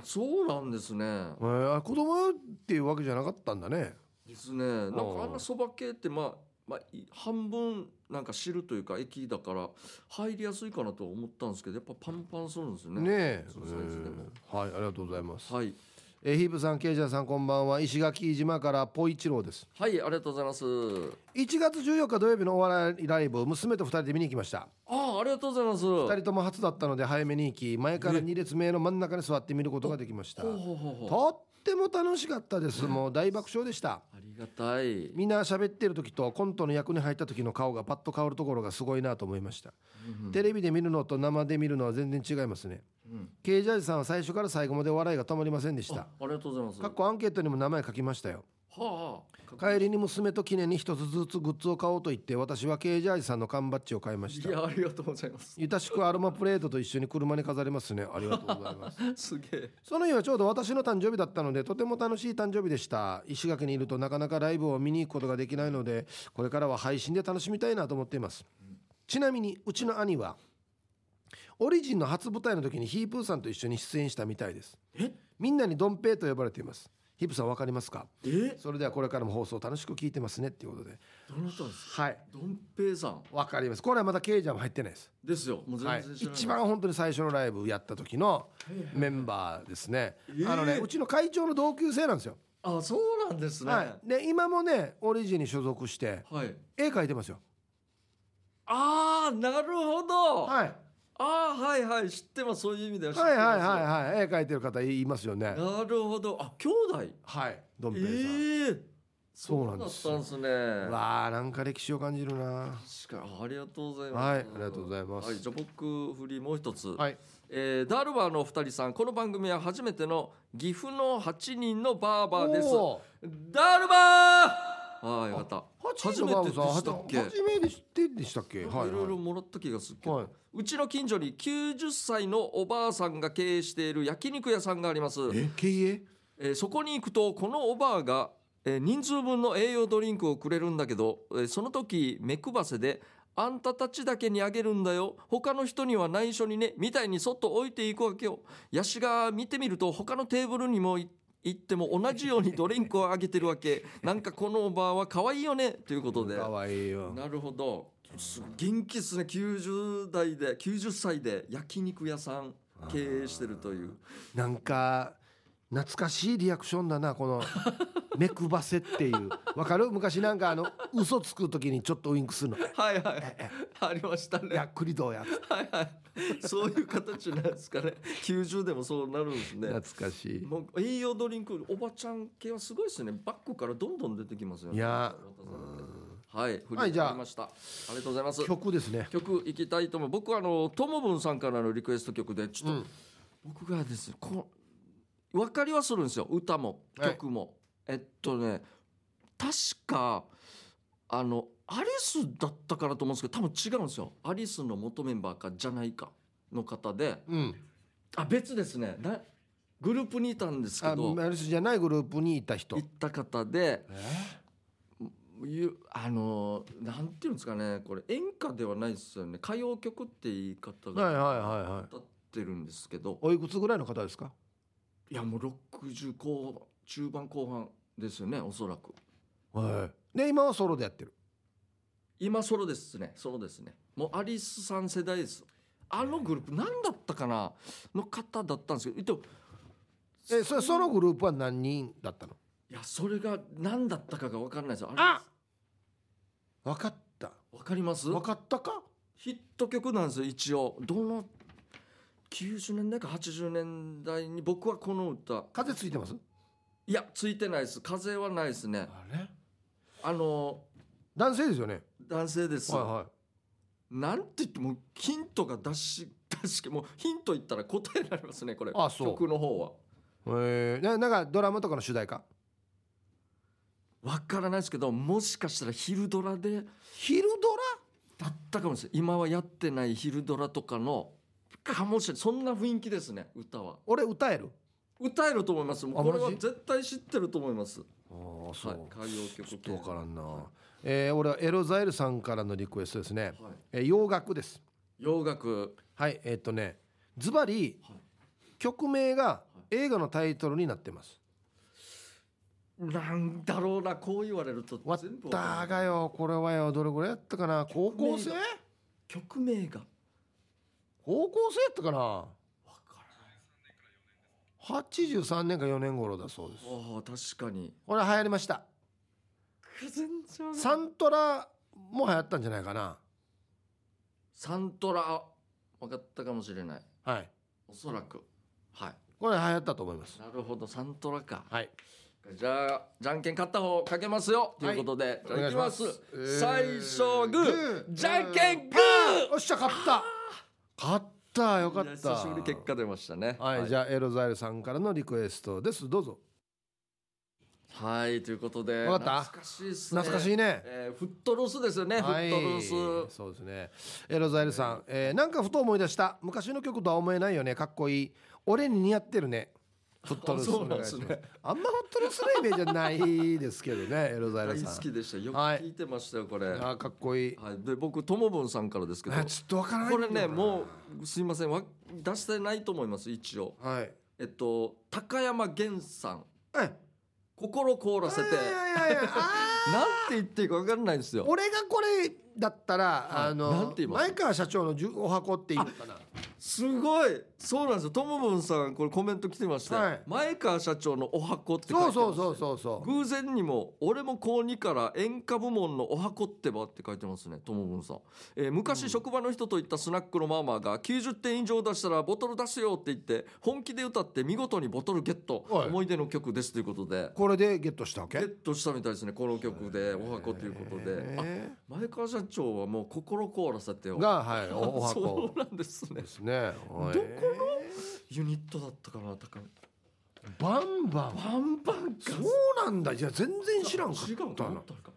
Speaker 1: そうなんですね
Speaker 2: えーあ子供っていうわけじゃなかったんだね
Speaker 1: ですねなんかあんなそば系ってまあまあ、い半分なんか汁というか液だから入りやすいかなと思ったんですけどやっぱパンパンするんですね
Speaker 2: ねえ
Speaker 1: そのサイズでも
Speaker 2: えーはいありがとうございます、
Speaker 1: はい
Speaker 2: えーヒープさんケイジャーさんこんばんは石垣島からポイチローです
Speaker 1: はい、ありがとうございます。
Speaker 2: 1月14日土曜日のお笑いライブを娘と2人で見に行きました
Speaker 1: ああ、ありがとうございます。
Speaker 2: 2人とも初だったので早めに行き前から2列目の真ん中に座って見ることができました
Speaker 1: ほうほうほうほう
Speaker 2: とっても楽しかったですもう大爆笑でした
Speaker 1: ありがたい。
Speaker 2: みんな喋ってる時とコントの役に入った時の顔がパッと変わるところがすごいなと思いました、テレビで見るのと生で見るのは全然違いますね、ケイジャージさんは最初から最後まで笑いが止まりませんでし
Speaker 1: あ
Speaker 2: た
Speaker 1: ありがとうございます。
Speaker 2: かっこアンケートにも名前書きましたよ
Speaker 1: はあ
Speaker 2: 帰りに娘と記念に一つずつグッズを買おうと言って私はケージャージさんの缶バッジを買いまし
Speaker 1: い
Speaker 2: た
Speaker 1: やありがとうございます
Speaker 2: ゆたしくアロマプレートと一緒に車に飾りますねありがとうございます
Speaker 1: すげえ
Speaker 2: その日はちょうど私の誕生日だったのでとても楽しい誕生日でした石垣にいるとなかなかライブを見に行くことができないのでこれからは配信で楽しみたいなと思っていますちなみにうちの兄はオリジンの初舞台の時にヒープーさんと一緒に出演したみたいです
Speaker 1: え
Speaker 2: みんなにドンペイと呼ばれていますヒープーさんわかりますか
Speaker 1: え
Speaker 2: それではこれからも放送楽しく聞いてますねっていうことで
Speaker 1: どなたですか
Speaker 2: はい
Speaker 1: ドンペイさん
Speaker 2: わかりますこれはまだケイジャーも入ってないです、
Speaker 1: ですよもう
Speaker 2: はい
Speaker 1: 全然、知らない、
Speaker 2: 一番本当に最初のライブやった時のメンバーですね、
Speaker 1: えー
Speaker 2: あのねうちの会長の同級生なんですよ、
Speaker 1: あそうなんですねは
Speaker 2: はい、で今もねオリジンに所属して
Speaker 1: い、
Speaker 2: 絵描いてますよ
Speaker 1: ああなるほど、い、
Speaker 2: はい
Speaker 1: ああはいはい知ってますそういう意味では知って
Speaker 2: は
Speaker 1: ま
Speaker 2: い
Speaker 1: す
Speaker 2: はいはいはい絵描いてる方いますよね
Speaker 1: なるほどあ兄弟
Speaker 2: はいドンペイさん、
Speaker 1: ええ
Speaker 2: そうなんです
Speaker 1: そうだったんですね
Speaker 2: わあなんか歴史を感じるな
Speaker 1: 確かにありがとうございます。
Speaker 2: はいありがとうございます
Speaker 1: はい、じゃあ僕フリーもう一つ。
Speaker 2: はい
Speaker 1: えーダールバーのお二人さん、この番組は初めての岐阜の八人のバーバーです。
Speaker 2: おー
Speaker 1: ダールバー。ああよかった。
Speaker 2: 八
Speaker 1: 初
Speaker 2: 人
Speaker 1: め
Speaker 2: の
Speaker 1: てでしたっけ。
Speaker 2: バブさん初めて知ってんでしたっけ
Speaker 1: なん
Speaker 2: は
Speaker 1: か
Speaker 2: い
Speaker 1: いろいろ
Speaker 2: は
Speaker 1: もらった気がするけど、
Speaker 2: はいう
Speaker 1: ちの近所に90歳のおばあさんが経営している焼肉屋さんがあります。
Speaker 2: いえ経営
Speaker 1: えーそこに行くとこのおばあが、えー人数分の栄養ドリンクをくれるんだけど、えーその時目配せで「あんたたちだけにあげるんだよ他の人には内緒にね」みたいにそっと置いていくわけよ。ヤシが見てみると他のテーブルにもい行っても同じようにドリンクをあげてるわけなんかこのおばあは可愛いよねということで
Speaker 2: かわいいよ
Speaker 1: なるほどす元気ですね90代で90歳で焼肉屋さん経営してるという
Speaker 2: なんか懐かしいリアクションだなこの目くばせっていうわかる昔なんかあの嘘つく時にちょっとウインクするの「
Speaker 1: はいはい ありましたね
Speaker 2: やっくりどうや」
Speaker 1: はいはい、そういう形なんです かね。90でもそうなるんですね。
Speaker 2: 懐かしい
Speaker 1: もう栄養ドリンク、おばちゃん系はすごいですね。バッグからどんどん出てきますよね。
Speaker 2: いや
Speaker 1: はい、振
Speaker 2: はい
Speaker 1: り
Speaker 2: じゃあ
Speaker 1: 返りました。ありがとうございます。
Speaker 2: 曲ですね
Speaker 1: 曲いきたいと思う。僕はあの、ともぶんさんからのリクエスト曲で、ちょっと、
Speaker 2: うん
Speaker 1: 僕がですね、こう、分かりはするんですよ。歌も、
Speaker 2: はい
Speaker 1: 曲も。えっとね、確か、あの、アリスだったかなと思うんですけど、多分違うんですよ。アリスの元メンバーか、じゃないかの方で、
Speaker 2: うん
Speaker 1: あ別ですねなグループにいたんですけ
Speaker 2: あ
Speaker 1: ど
Speaker 2: マルスじゃないグループにいた人
Speaker 1: 行った方で
Speaker 2: え
Speaker 1: ゆあのーなんていうんですかねこれ演歌ではないですよね歌謡曲って言い方
Speaker 2: はいはい
Speaker 1: が
Speaker 2: はいはい
Speaker 1: 歌ってるんですけど、
Speaker 2: おいくつぐらいの方ですか
Speaker 1: い、やもう60後中盤後半ですよねおそらく
Speaker 2: はいで今はソロでやってる
Speaker 1: 今ソロですねソロですねもうアリスさん世代ですあのグループ何だったかなの方だったんですけどえ
Speaker 2: えそれソログループは何人だったの
Speaker 1: いやそれが何だったかが分かんないですよ
Speaker 2: あ分かった
Speaker 1: 分かります
Speaker 2: 分かったか
Speaker 1: ヒット曲なんですよ一応どの90年代か80年代に僕はこの歌
Speaker 2: 風ついてます
Speaker 1: いやついてないです風はないですね
Speaker 2: あれ
Speaker 1: あの
Speaker 2: 男性ですよね
Speaker 1: 男性です、
Speaker 2: はいはい
Speaker 1: なんて言ってもヒントが出し出しもうヒント言ったら答えになりますねこれ
Speaker 2: あそう
Speaker 1: 曲の方は
Speaker 2: えー、ななんかドラマとかの主題歌
Speaker 1: わからないですけどもしかしたら昼ドラで
Speaker 2: 昼ド
Speaker 1: だったかもしれない今はやってない昼ドラとかのかもしれないそんな雰囲気ですね歌は
Speaker 2: 俺歌える
Speaker 1: 歌えると思いますもう
Speaker 2: あ
Speaker 1: これ
Speaker 2: マ
Speaker 1: は
Speaker 2: ジ
Speaker 1: 絶対知ってると思います
Speaker 2: ああ
Speaker 1: はい、歌謡曲
Speaker 2: ち
Speaker 1: 系
Speaker 2: ょっとわからんな、えー、俺はエロザイルさんからのリクエストですね、
Speaker 1: はい、
Speaker 2: えー、洋楽です
Speaker 1: 洋楽
Speaker 2: はいえーっとねズバリ
Speaker 1: はい
Speaker 2: 曲名が映画のタイトルになってます
Speaker 1: なんだろうなこう言われると
Speaker 2: わっ
Speaker 1: 全部わか
Speaker 2: た
Speaker 1: んない
Speaker 2: がよこれはよどれぐらいやったかな高校生
Speaker 1: 曲名曲名が
Speaker 2: 高校生やったかな
Speaker 1: わから
Speaker 2: 83年か4年頃だそうです
Speaker 1: ないああ確かに
Speaker 2: これ流行りました
Speaker 1: 全然
Speaker 2: サントラも流行ったんじゃないかな
Speaker 1: サントラ分かったかもしれない
Speaker 2: はい
Speaker 1: おそらくは
Speaker 2: これ流行ったと思います
Speaker 1: いなるほどサントラか
Speaker 2: はい。
Speaker 1: じゃあじゃんけん勝った方かけますよと
Speaker 2: はいいう
Speaker 1: ことで、じゃあいきます
Speaker 2: えー
Speaker 1: 最初はグーじゃんけんグー
Speaker 2: おっしゃ勝った。勝ったよかっ
Speaker 1: いや
Speaker 2: た。
Speaker 1: 久しぶりに結果出ましたね
Speaker 2: はい、じゃあエロザイルさんからのリクエストです。どうぞ。
Speaker 1: はいということで
Speaker 2: わかった
Speaker 1: 懐かしいっすね
Speaker 2: 懐かしいね
Speaker 1: えーフットロスですよね、
Speaker 2: はい
Speaker 1: フットロス
Speaker 2: そうですねえロザエルさん、えーなんかふと思い出した昔の曲とは思えないよねかっこいい俺に似合ってるねフットルース
Speaker 1: そうなんですね
Speaker 2: お願いしますあんまフットルースのイメージはないですけど ねエロザエル
Speaker 1: 大
Speaker 2: さん
Speaker 1: 好きでしたよく
Speaker 2: はい
Speaker 1: 聞いてましたよこれ、
Speaker 2: あーかっこいい
Speaker 1: はい、で僕ともぶんさんからですけど
Speaker 2: あちょっとわからない
Speaker 1: こ
Speaker 2: んだ
Speaker 1: れ
Speaker 2: よな
Speaker 1: ねもうすいませんわ出してないと思います一応
Speaker 2: はい
Speaker 1: えっと高山源さん
Speaker 2: え
Speaker 1: 心凍らせて
Speaker 2: いやいやいやあ
Speaker 1: なんて言っていいか分かんないんです
Speaker 2: ー
Speaker 1: よ
Speaker 2: 俺がこれだったら、
Speaker 1: い
Speaker 2: あ
Speaker 1: なん
Speaker 2: の
Speaker 1: て言います
Speaker 2: 前川社長のじゅお箱っていうのかな
Speaker 1: すごいそうなんですよともぶんさんこれコメント来てまして、
Speaker 2: はい
Speaker 1: 前川社長のお箱って書いて
Speaker 2: そうそううそうそうそう
Speaker 1: 偶然にも俺も高2から演歌部門のお箱ってばって書いてますねともぶんさん、えー昔、職場の人と行ったスナックのママが90点以上出したらボトル出すよって言って本気で歌って見事にボトルゲット
Speaker 2: はい
Speaker 1: 思い出の曲ですということで
Speaker 2: これでゲットしたわけ
Speaker 1: ゲットしたみたいですねこの曲でお箱ということであ
Speaker 2: え
Speaker 1: 前川社長はもう心凍らせて
Speaker 2: ー
Speaker 1: を
Speaker 2: がはいおお
Speaker 1: そ
Speaker 2: 箱
Speaker 1: うなんですね
Speaker 2: ですね
Speaker 1: このユニットだったかな高見
Speaker 2: バンバン
Speaker 1: バンバンか
Speaker 2: そうなんだじゃあ全然知らんか
Speaker 1: 違う
Speaker 2: っ
Speaker 1: と
Speaker 2: た
Speaker 1: 思
Speaker 2: な
Speaker 1: ったか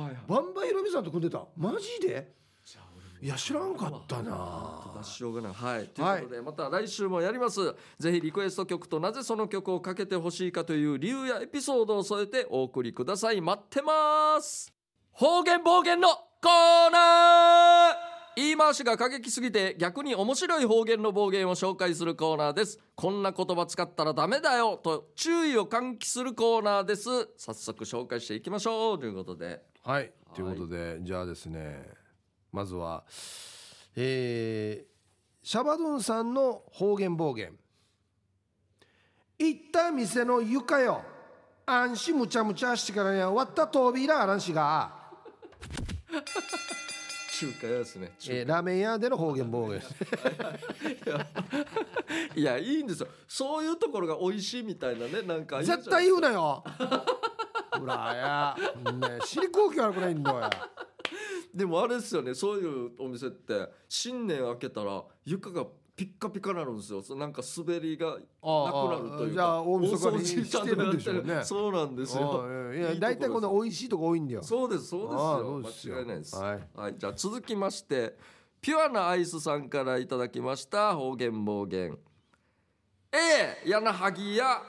Speaker 1: はいはい
Speaker 2: バンバンヒロミさんと組んでたマジで
Speaker 1: じゃあ
Speaker 2: いや知らんかった
Speaker 1: 俺
Speaker 2: な
Speaker 1: も出しようがないはいということでまた来週もやりますぜひリクエスト曲となぜその曲をかけてほしいかという理由やエピソードを添えてお送りください待ってます方言暴言のコーナー言い回しが過激すぎて逆に面白い方言の暴言を紹介するコーナーですこんな言葉使ったらダメだよと注意を喚起するコーナーです早速紹介していきましょうということで
Speaker 2: はいということでじゃあですねまずはえーシャバドゥンさんの方言暴言行った店の床よあんしむちゃむちゃしてからには割ったとびらあらんしが、
Speaker 1: 中華屋ですね中華
Speaker 2: えーラーメン屋での方言暴言
Speaker 1: いやいいんですよそういうところが美味しいみたいなねなんかいいじゃん
Speaker 2: 絶対言う なよほらや、ね、死に空気悪くないんだよ
Speaker 1: でもあれですよねそういうお店って新年明けたら床がピッカピカなるんですよそうなんか滑りがなくなるというか
Speaker 2: じゃあ大晦日に
Speaker 1: 掃除ちゃんとやって
Speaker 2: してるんでしょうね
Speaker 1: そうなんですよ
Speaker 2: うんいや大体こんな
Speaker 1: お
Speaker 2: 美味しいとこ多いんだよ。
Speaker 1: そうですそう
Speaker 2: ああそうで
Speaker 1: です
Speaker 2: す
Speaker 1: よ
Speaker 2: よ
Speaker 1: 間違いないですは
Speaker 2: はいい、
Speaker 1: じゃあ続きましてピュアなアイスさんからいただきました方言暴言ええやなはぎや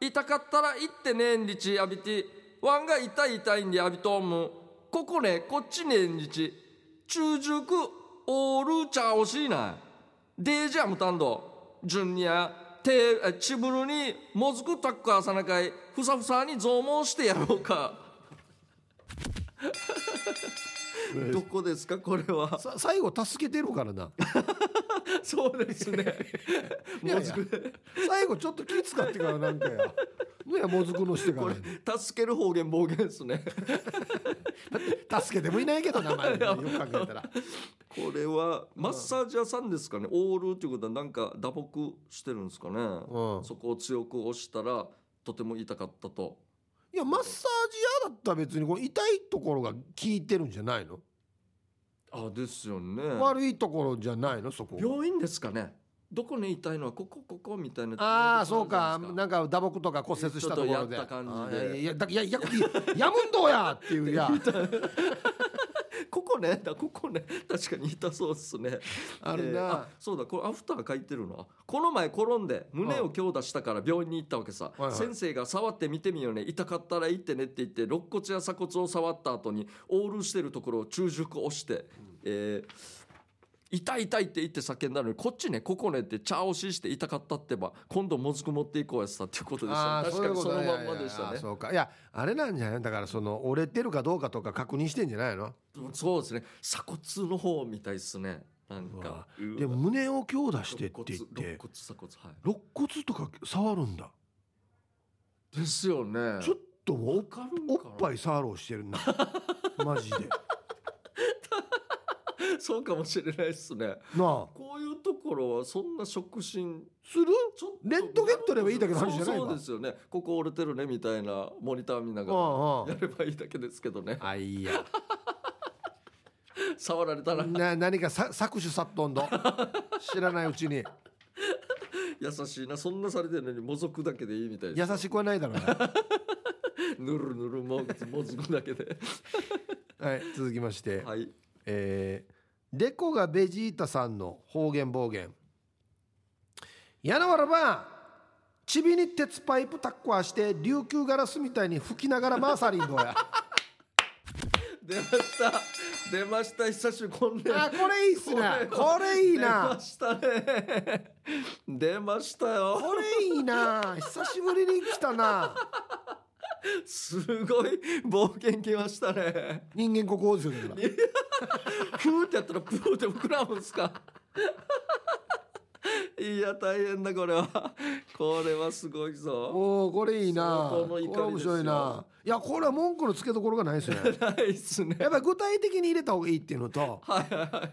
Speaker 1: 痛かったら行ってねんりち浴びてわんが痛い痛いんで浴びとんむここねこっちねんりち中熟オールちゃおしいなデージャムタンド順にやてえちぶるにもずくたっかさなかいふさふさに増毛してやろうか どこですかこれは
Speaker 2: さ最後助けてるからな。
Speaker 1: そうですね
Speaker 2: いや いや
Speaker 1: もずく
Speaker 2: 最後ちょっと気使ってからなんかや。ねもずくのしてか
Speaker 1: こ
Speaker 2: ら
Speaker 1: れ。助ける方言暴言ですね
Speaker 2: 助けてもいないけど名 前でねよく考えたら。
Speaker 1: これはマッサージ屋さんですかね、オールということはなんか打撲してるんですかね、
Speaker 2: うん
Speaker 1: そこを強く押したらとても痛かったと
Speaker 2: いやマッサージ屋だったら別にこの痛いところが効いてるんじゃないの？
Speaker 1: あですよね
Speaker 2: 悪いところじゃないのそこ。
Speaker 1: 病院ですかねどこに痛いのはここここみたいな
Speaker 2: ああそうか
Speaker 1: なん
Speaker 2: なんか打撲とか骨折したところで。
Speaker 1: ちょっとやった感じで
Speaker 2: あーいやいやだいやいややむんどうやっていう や。
Speaker 1: ここねだここね 確かに痛そうですね
Speaker 2: ある
Speaker 1: えー
Speaker 2: な。
Speaker 1: そうだこれアフター書いてるなこの前転んで胸を強打したから病院に行ったわけさ、
Speaker 2: いはい
Speaker 1: 先生が触って見てみようね痛かったら行ってねって言って肋骨や鎖骨を触った後にオールしてるところを中熟押して、えー痛い痛いって言って叫んだのにこっちねここねって茶押しして痛かったってば今度もずく持っていこうやつだっていうことでした
Speaker 2: ああ
Speaker 1: 確かにその
Speaker 2: ういう
Speaker 1: ま
Speaker 2: こと
Speaker 1: ん
Speaker 2: ね
Speaker 1: までし
Speaker 2: いや
Speaker 1: たね
Speaker 2: いやあそうかいやあれなんじゃないだからその折れてるかどうかとか確認してんじゃないの
Speaker 1: そうですね鎖骨の方みたいですねなん
Speaker 2: う
Speaker 1: か
Speaker 2: わでも胸を強打してっ
Speaker 1: 肋骨
Speaker 2: て言っ
Speaker 1: 肋
Speaker 2: て
Speaker 1: 骨鎖骨は
Speaker 2: 肋骨とか触るんだ
Speaker 1: いですよね
Speaker 2: ちょっともう
Speaker 1: かるんか
Speaker 2: お
Speaker 1: な
Speaker 2: っぱい触ろうしてる なマジで
Speaker 1: そうかもしれないですね。
Speaker 2: なあ
Speaker 1: こういうところはそんな触診
Speaker 2: する
Speaker 1: ちょっと
Speaker 2: レントゲン取ればいいだけの話じゃない
Speaker 1: そう
Speaker 2: わ
Speaker 1: そうですよね。ここ折れてるねみたいなモニター見な
Speaker 2: あ
Speaker 1: が
Speaker 2: あ
Speaker 1: らやればいいだけですけどね。
Speaker 2: ああいいや
Speaker 1: 触られたら
Speaker 2: な何かさ搾取さっとんど知らないうちに
Speaker 1: 優しいなそんなされてるのにもぞくだけでいいみたい
Speaker 2: 優
Speaker 1: です。
Speaker 2: しくはないだろうな
Speaker 1: ぬるぬるもうもずくだけ で
Speaker 2: はい、続きまして、
Speaker 1: はい
Speaker 2: えーデコがベジータさんの方言暴言やなわらばちびに鉄パイプタッコアして琉球ガラスみたいに吹きながらマーサリンどう やあ
Speaker 1: 出ました出ました久しぶりこんね
Speaker 2: これいいっすねこれいい
Speaker 1: 出
Speaker 2: な
Speaker 1: ましたね出ましたよ
Speaker 2: これいいな久しぶりに来たな
Speaker 1: すごい冒険来ましたね
Speaker 2: 人間国王ですよね今
Speaker 1: プーってやったらプーって膨らむんですか いや大変だこれはこれはすごいぞ
Speaker 2: おーこれいいな
Speaker 1: 相当
Speaker 2: こ
Speaker 1: の怒り
Speaker 2: れ
Speaker 1: ですよ
Speaker 2: 面白いないやこれは文句のつけどころがないですね
Speaker 1: ないっすね
Speaker 2: やっぱり具体的に入れた方がいいっていうのと
Speaker 1: はいはいは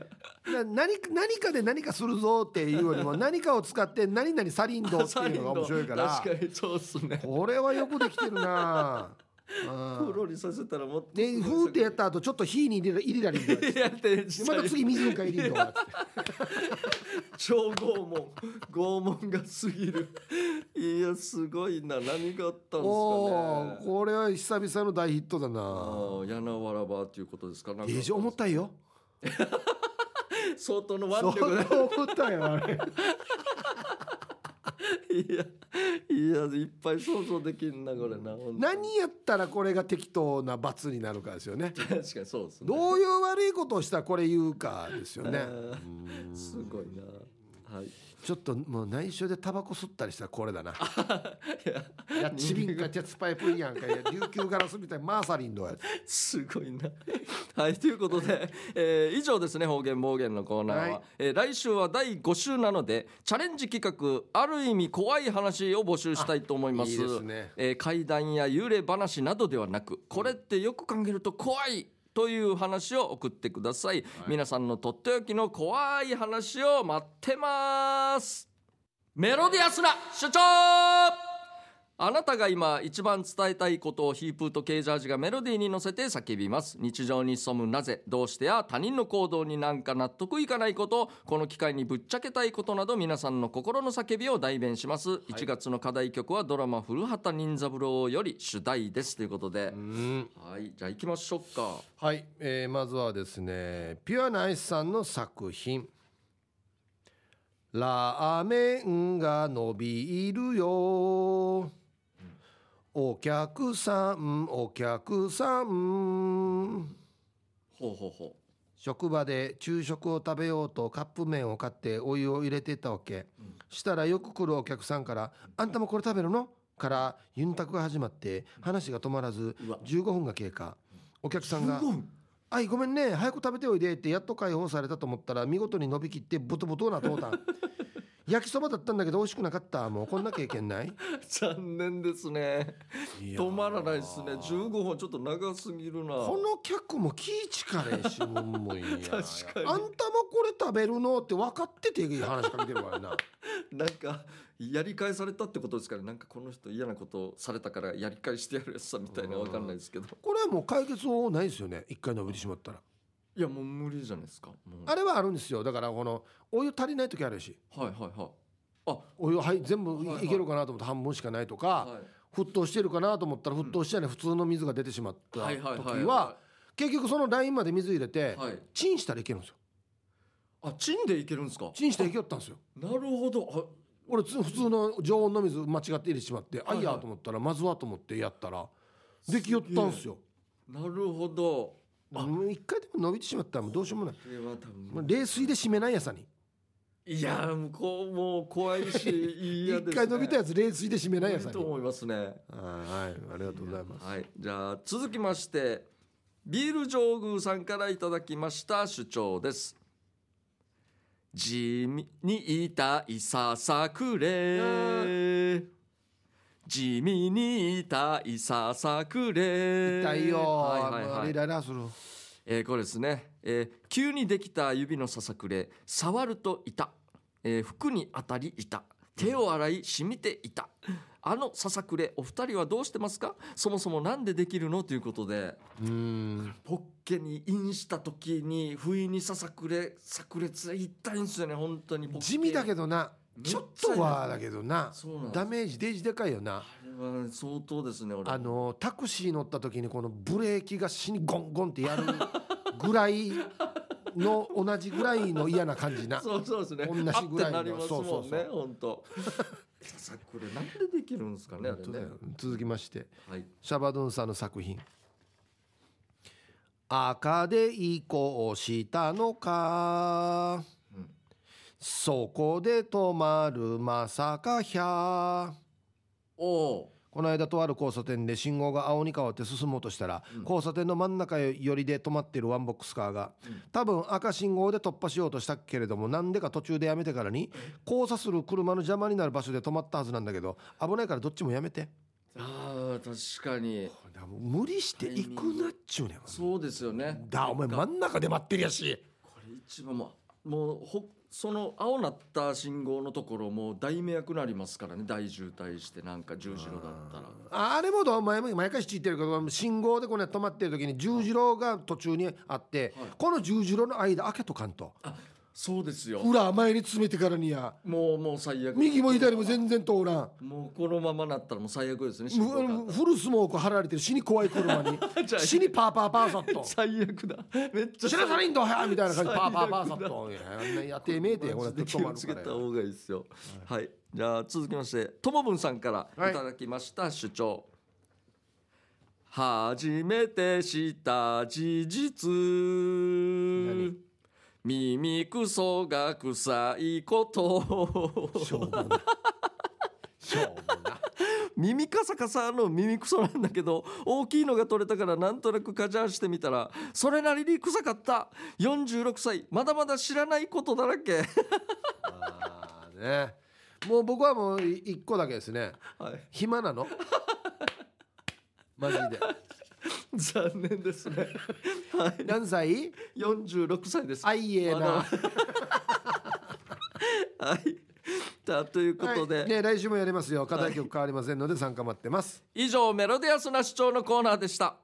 Speaker 1: い
Speaker 2: な何か何かで何かするぞっていうより も何かを使って何々 サリンドっていうのが面白いから
Speaker 1: 確かにそうっすね
Speaker 2: これはよくできてるな あ
Speaker 1: プロにさせたらもっと
Speaker 2: でふーってやった後ちょっと火に入れ入れたり とか
Speaker 1: やって
Speaker 2: でまた次水に変えりと か
Speaker 1: 超拷問拷問が過ぎるいやすごいな何があったん
Speaker 2: お
Speaker 1: です
Speaker 2: ー
Speaker 1: かね
Speaker 2: これは久々の大ヒットだ
Speaker 1: あ
Speaker 2: な
Speaker 1: あやなわらばっていうことですかなんか
Speaker 2: ええ思ったよ
Speaker 1: 相当の
Speaker 2: そ
Speaker 1: 腕
Speaker 2: う
Speaker 1: 力
Speaker 2: 思ったよあれ
Speaker 1: でいやいやいっぱい想像できんなこれな本当に
Speaker 2: 何やったらこれが適当な罰になるかですよね
Speaker 1: 確かにそうですね
Speaker 2: どういう悪いことをしたらこれ言うかですよね
Speaker 1: あーすごいなはい
Speaker 2: ちょっともう内緒でタバコ吸ったりしたらこれ だな。
Speaker 1: いや
Speaker 2: いやちびんか鉄パイプやんかいや琉球ガラスみたいなマーサリンのやつ。
Speaker 1: すごいな。はい、ということで、えー以上ですね、方言暴言のコーナーは、
Speaker 2: はい
Speaker 1: えー来週は第5週なので、チャレンジ企画、ある意味怖い話を募集したいと思います。
Speaker 2: あいいですね
Speaker 1: えー怪談や幽霊話などではなく、これってよく考えると怖い。という話を送ってください、皆さんのとっておきの怖い話を待ってますメロディアスな主張あなたが今一番伝えたいことをヒープーとケージャージがメロディーに乗せて叫びます日常に潜むなぜどうしてや他人の行動になんか納得いかないことこの機会にぶっちゃけたいことなど皆さんの心の叫びを代弁します、1月の課題曲はドラマ「古畑任三郎」より主題ですということで、はいじゃあ行きましょうか
Speaker 2: はい、えーまずはですねピュアなアイスさんの作品「ラーメンが伸びるよ」お客さんお客さん
Speaker 1: ほうほうほ
Speaker 2: 職場で昼食を食べようとカップ麺を買ってお湯を入れていたわけ、したらよく来るお客さんから「あんたもこれ食べるの?」からユンタクが始まって話が止まらず
Speaker 1: うわ
Speaker 2: 15分が経過お客さん
Speaker 1: 15
Speaker 2: が
Speaker 1: 分
Speaker 2: 「あいごめんね早く食べておいで」ってやっと解放されたと思ったら見事に伸びきってボトボトなとうた ん焼きそばだったんだけど美味しくなかったもうこんな経験ない
Speaker 1: う 残念ですね 止まらないですね15分ちょっと長すぎるな
Speaker 2: この客も気ぃちかれんしもんもいいや
Speaker 1: 確かに
Speaker 2: あんたもこれ食べるのって分かってていい話しかけてるからな
Speaker 1: なんかやり返されたってことですからなんかこの人嫌なことをされたからやり返してやるやつさみたいな
Speaker 2: うん
Speaker 1: わかんないですけど
Speaker 2: これはもう解決法ないですよね一回伸びてしまったら、
Speaker 1: いやもう無理じゃないですかもう
Speaker 2: あれはあるんですよだからこのお湯足りない時あるし
Speaker 1: はいはいはいあ
Speaker 2: お湯はい全部
Speaker 1: はいはい
Speaker 2: いいけるかなと思って半分しかないとか、
Speaker 1: は
Speaker 2: 沸騰してるかなと思ったら沸騰してない普通の水が出てしまった
Speaker 1: はい
Speaker 2: 時
Speaker 1: はいはいはい
Speaker 2: は結局そのラインまで水入れて、
Speaker 1: いはい
Speaker 2: チンしたらいけるんですよ
Speaker 1: あチンでいけるんですか
Speaker 2: チンしていけよったんですよ
Speaker 1: なるほど
Speaker 2: 俺つ普通の常温の水間違って入れてしまって、
Speaker 1: はいはい
Speaker 2: あいやと思ったらまずはと思ってやったらできよったんですよ
Speaker 1: あなるほどげえ
Speaker 2: もう一回でも伸びてしまったらもうどうしようもない
Speaker 1: これは多分
Speaker 2: もう冷水で締めないやさに
Speaker 1: いやもうこうもう怖いし嫌 で
Speaker 2: 一
Speaker 1: す、ね、
Speaker 2: 回伸びたやつ冷水で締めないやさ
Speaker 1: 無理
Speaker 2: に
Speaker 1: と思いますね
Speaker 2: はい、ありがとうございます。
Speaker 1: はい、じゃあ続きましてビール上宮さんからいただきました主張です地味にいたいささくれ地味にいたいささくれ
Speaker 2: 痛いよ、
Speaker 1: はいはい
Speaker 2: あ
Speaker 1: は
Speaker 2: の
Speaker 1: い
Speaker 2: リライラする。
Speaker 1: えーこれですね、えー急にできた指のささくれ触ると痛、えー服に当たり痛手を洗い染みて痛あのささくれお二人はどうしてますかそもそもなんでできるのということで
Speaker 2: うん、
Speaker 1: ポッケにインした時に不意にささくれ炸裂痛いんですよね本当にポッケ
Speaker 2: 地味だけどな、ちょっとはだけどな
Speaker 1: そうなんです
Speaker 2: ダメージデージでかいよな
Speaker 1: あれは相当ですね俺
Speaker 2: あのタクシー乗った時にこのブレーキが死にゴンゴンっ てやるぐらいの同じぐらいの嫌な感じな
Speaker 1: そうそうですね
Speaker 2: 同じぐらいの
Speaker 1: あってなりますもんね
Speaker 2: そうそうそう
Speaker 1: 本当 さこれなんでできるんですかねあれ
Speaker 2: 本当だ
Speaker 1: ね
Speaker 2: よ続きまして
Speaker 1: はい
Speaker 2: シャバドゥンさんの作品「赤で移行したのか」
Speaker 1: うん
Speaker 2: そこで止まるまさかひゃー
Speaker 1: おお
Speaker 2: この間とある交差点で信号が青に変わって進もうとしたら、
Speaker 1: うん
Speaker 2: 交差点の真ん中寄りで止まってるワンボックスカーが、多分赤信号で突破しようとしたけれどもなんでか途中でやめてからに交差する車の邪魔になる場所で止まったはずなんだけど危ないからどっちもやめて
Speaker 1: あー確かに
Speaker 2: これはもう無理して行くなっちゅうねん
Speaker 1: そうですよね
Speaker 2: だお前真ん中で待ってるやし
Speaker 1: これ一番もうもうほその青なった信号のところもう大迷惑なりますからね大渋滞してなんか十字路だったら
Speaker 2: あれもどう前も毎回知ってるけど信号でこれ止まってる時に十字路が途中にあって、
Speaker 1: はい
Speaker 2: この十字路の間開けとかんと
Speaker 1: あそうですよ
Speaker 2: 裏前に詰めてからにや
Speaker 1: もうもう最悪
Speaker 2: 右も左も全然通らん
Speaker 1: もうこのままなったらもう最悪ですね信号があっ
Speaker 2: むフルスモーク貼られてる死に怖い車に
Speaker 1: じゃあ
Speaker 2: 死にパーパーパーサッと
Speaker 1: たら最悪だめっちゃ
Speaker 2: 知らされんどはみたいな感じ
Speaker 1: 最
Speaker 2: でパー
Speaker 1: 悪
Speaker 2: パ
Speaker 1: だ
Speaker 2: ーパーサッといやあんなやってめえてこれ
Speaker 1: マジで気
Speaker 2: 止ま
Speaker 1: を
Speaker 2: る
Speaker 1: つ
Speaker 2: か
Speaker 1: け
Speaker 2: ら
Speaker 1: た方がいいですよはい、じゃあ続きましてともぶんさんから
Speaker 2: はい
Speaker 1: いただきました、主張初めてした事実
Speaker 2: 何
Speaker 1: 耳くそが臭いこと
Speaker 2: しょうもなしょうもな
Speaker 1: 耳カサカサの耳くそなんだけど大きいのが取れたからなんとなくカジャーしてみたらそれなりに臭かった46歳まだまだ知らないことだらけ
Speaker 2: あーねもう僕はもう一個だけですね
Speaker 1: はい
Speaker 2: 暇なのマジで
Speaker 1: 残念です ね。はい、
Speaker 2: 何歳
Speaker 1: 四十六歳です。
Speaker 2: あいえ
Speaker 1: ま
Speaker 2: な
Speaker 1: だ。はい。 さあということで、
Speaker 2: はいね来週もやりますよ課題曲変わりませんので参加待ってます
Speaker 1: 以上メロディアスな主張のコーナーでした。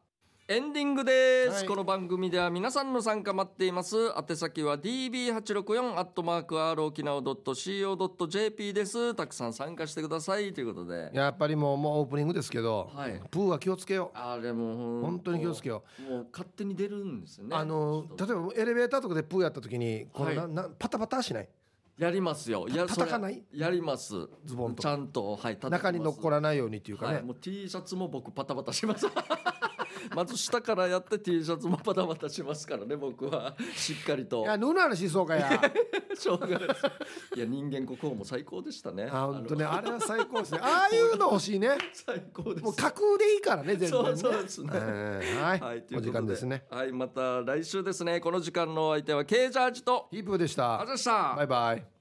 Speaker 1: エンディングです、
Speaker 2: はい
Speaker 1: この番組では皆さんの参加待っています宛先は db864 アットマーク r 沖縄 .co.jp ですたくさん参加してくださいということで
Speaker 2: やっぱりもうもうオープニングですけど、
Speaker 1: はい
Speaker 2: プーは気をつけよう
Speaker 1: あれもう
Speaker 2: 本当に気をつけよ
Speaker 1: うもう勝手に出るんですよね
Speaker 2: あの例えばエレベーターとかでプーやった時にこの
Speaker 1: はい
Speaker 2: な、なパタパタしない
Speaker 1: やりますよ。や
Speaker 2: 叩かない
Speaker 1: それやります。
Speaker 2: ズボンと
Speaker 1: ちゃんと、はい、叩きます
Speaker 2: 中に残らないようにっていうかね、
Speaker 1: はい、もう T シャツも僕パタパタします。 まず下からやって T シャツもパタパタしますからね、僕は。しっかり
Speaker 2: い、
Speaker 1: と。
Speaker 2: やぬの話しそうか や
Speaker 1: しょうがないですいや、人間国宝も最高でしたね。
Speaker 2: あ本当ね
Speaker 1: あの
Speaker 2: あれは最高ですねああいうの欲しいね
Speaker 1: 最高です。
Speaker 2: もう架空でいいからね全然
Speaker 1: そ
Speaker 2: ね
Speaker 1: うそうですね。
Speaker 2: えーはい、
Speaker 1: はい、とい
Speaker 2: お
Speaker 1: うこ
Speaker 2: 時
Speaker 1: と
Speaker 2: 間ですね。
Speaker 1: はい、また来週ですね。この時間のお相手は K ジャージと、
Speaker 2: ヒープーでし
Speaker 1: あ
Speaker 2: た
Speaker 1: ざした。
Speaker 2: バイバイ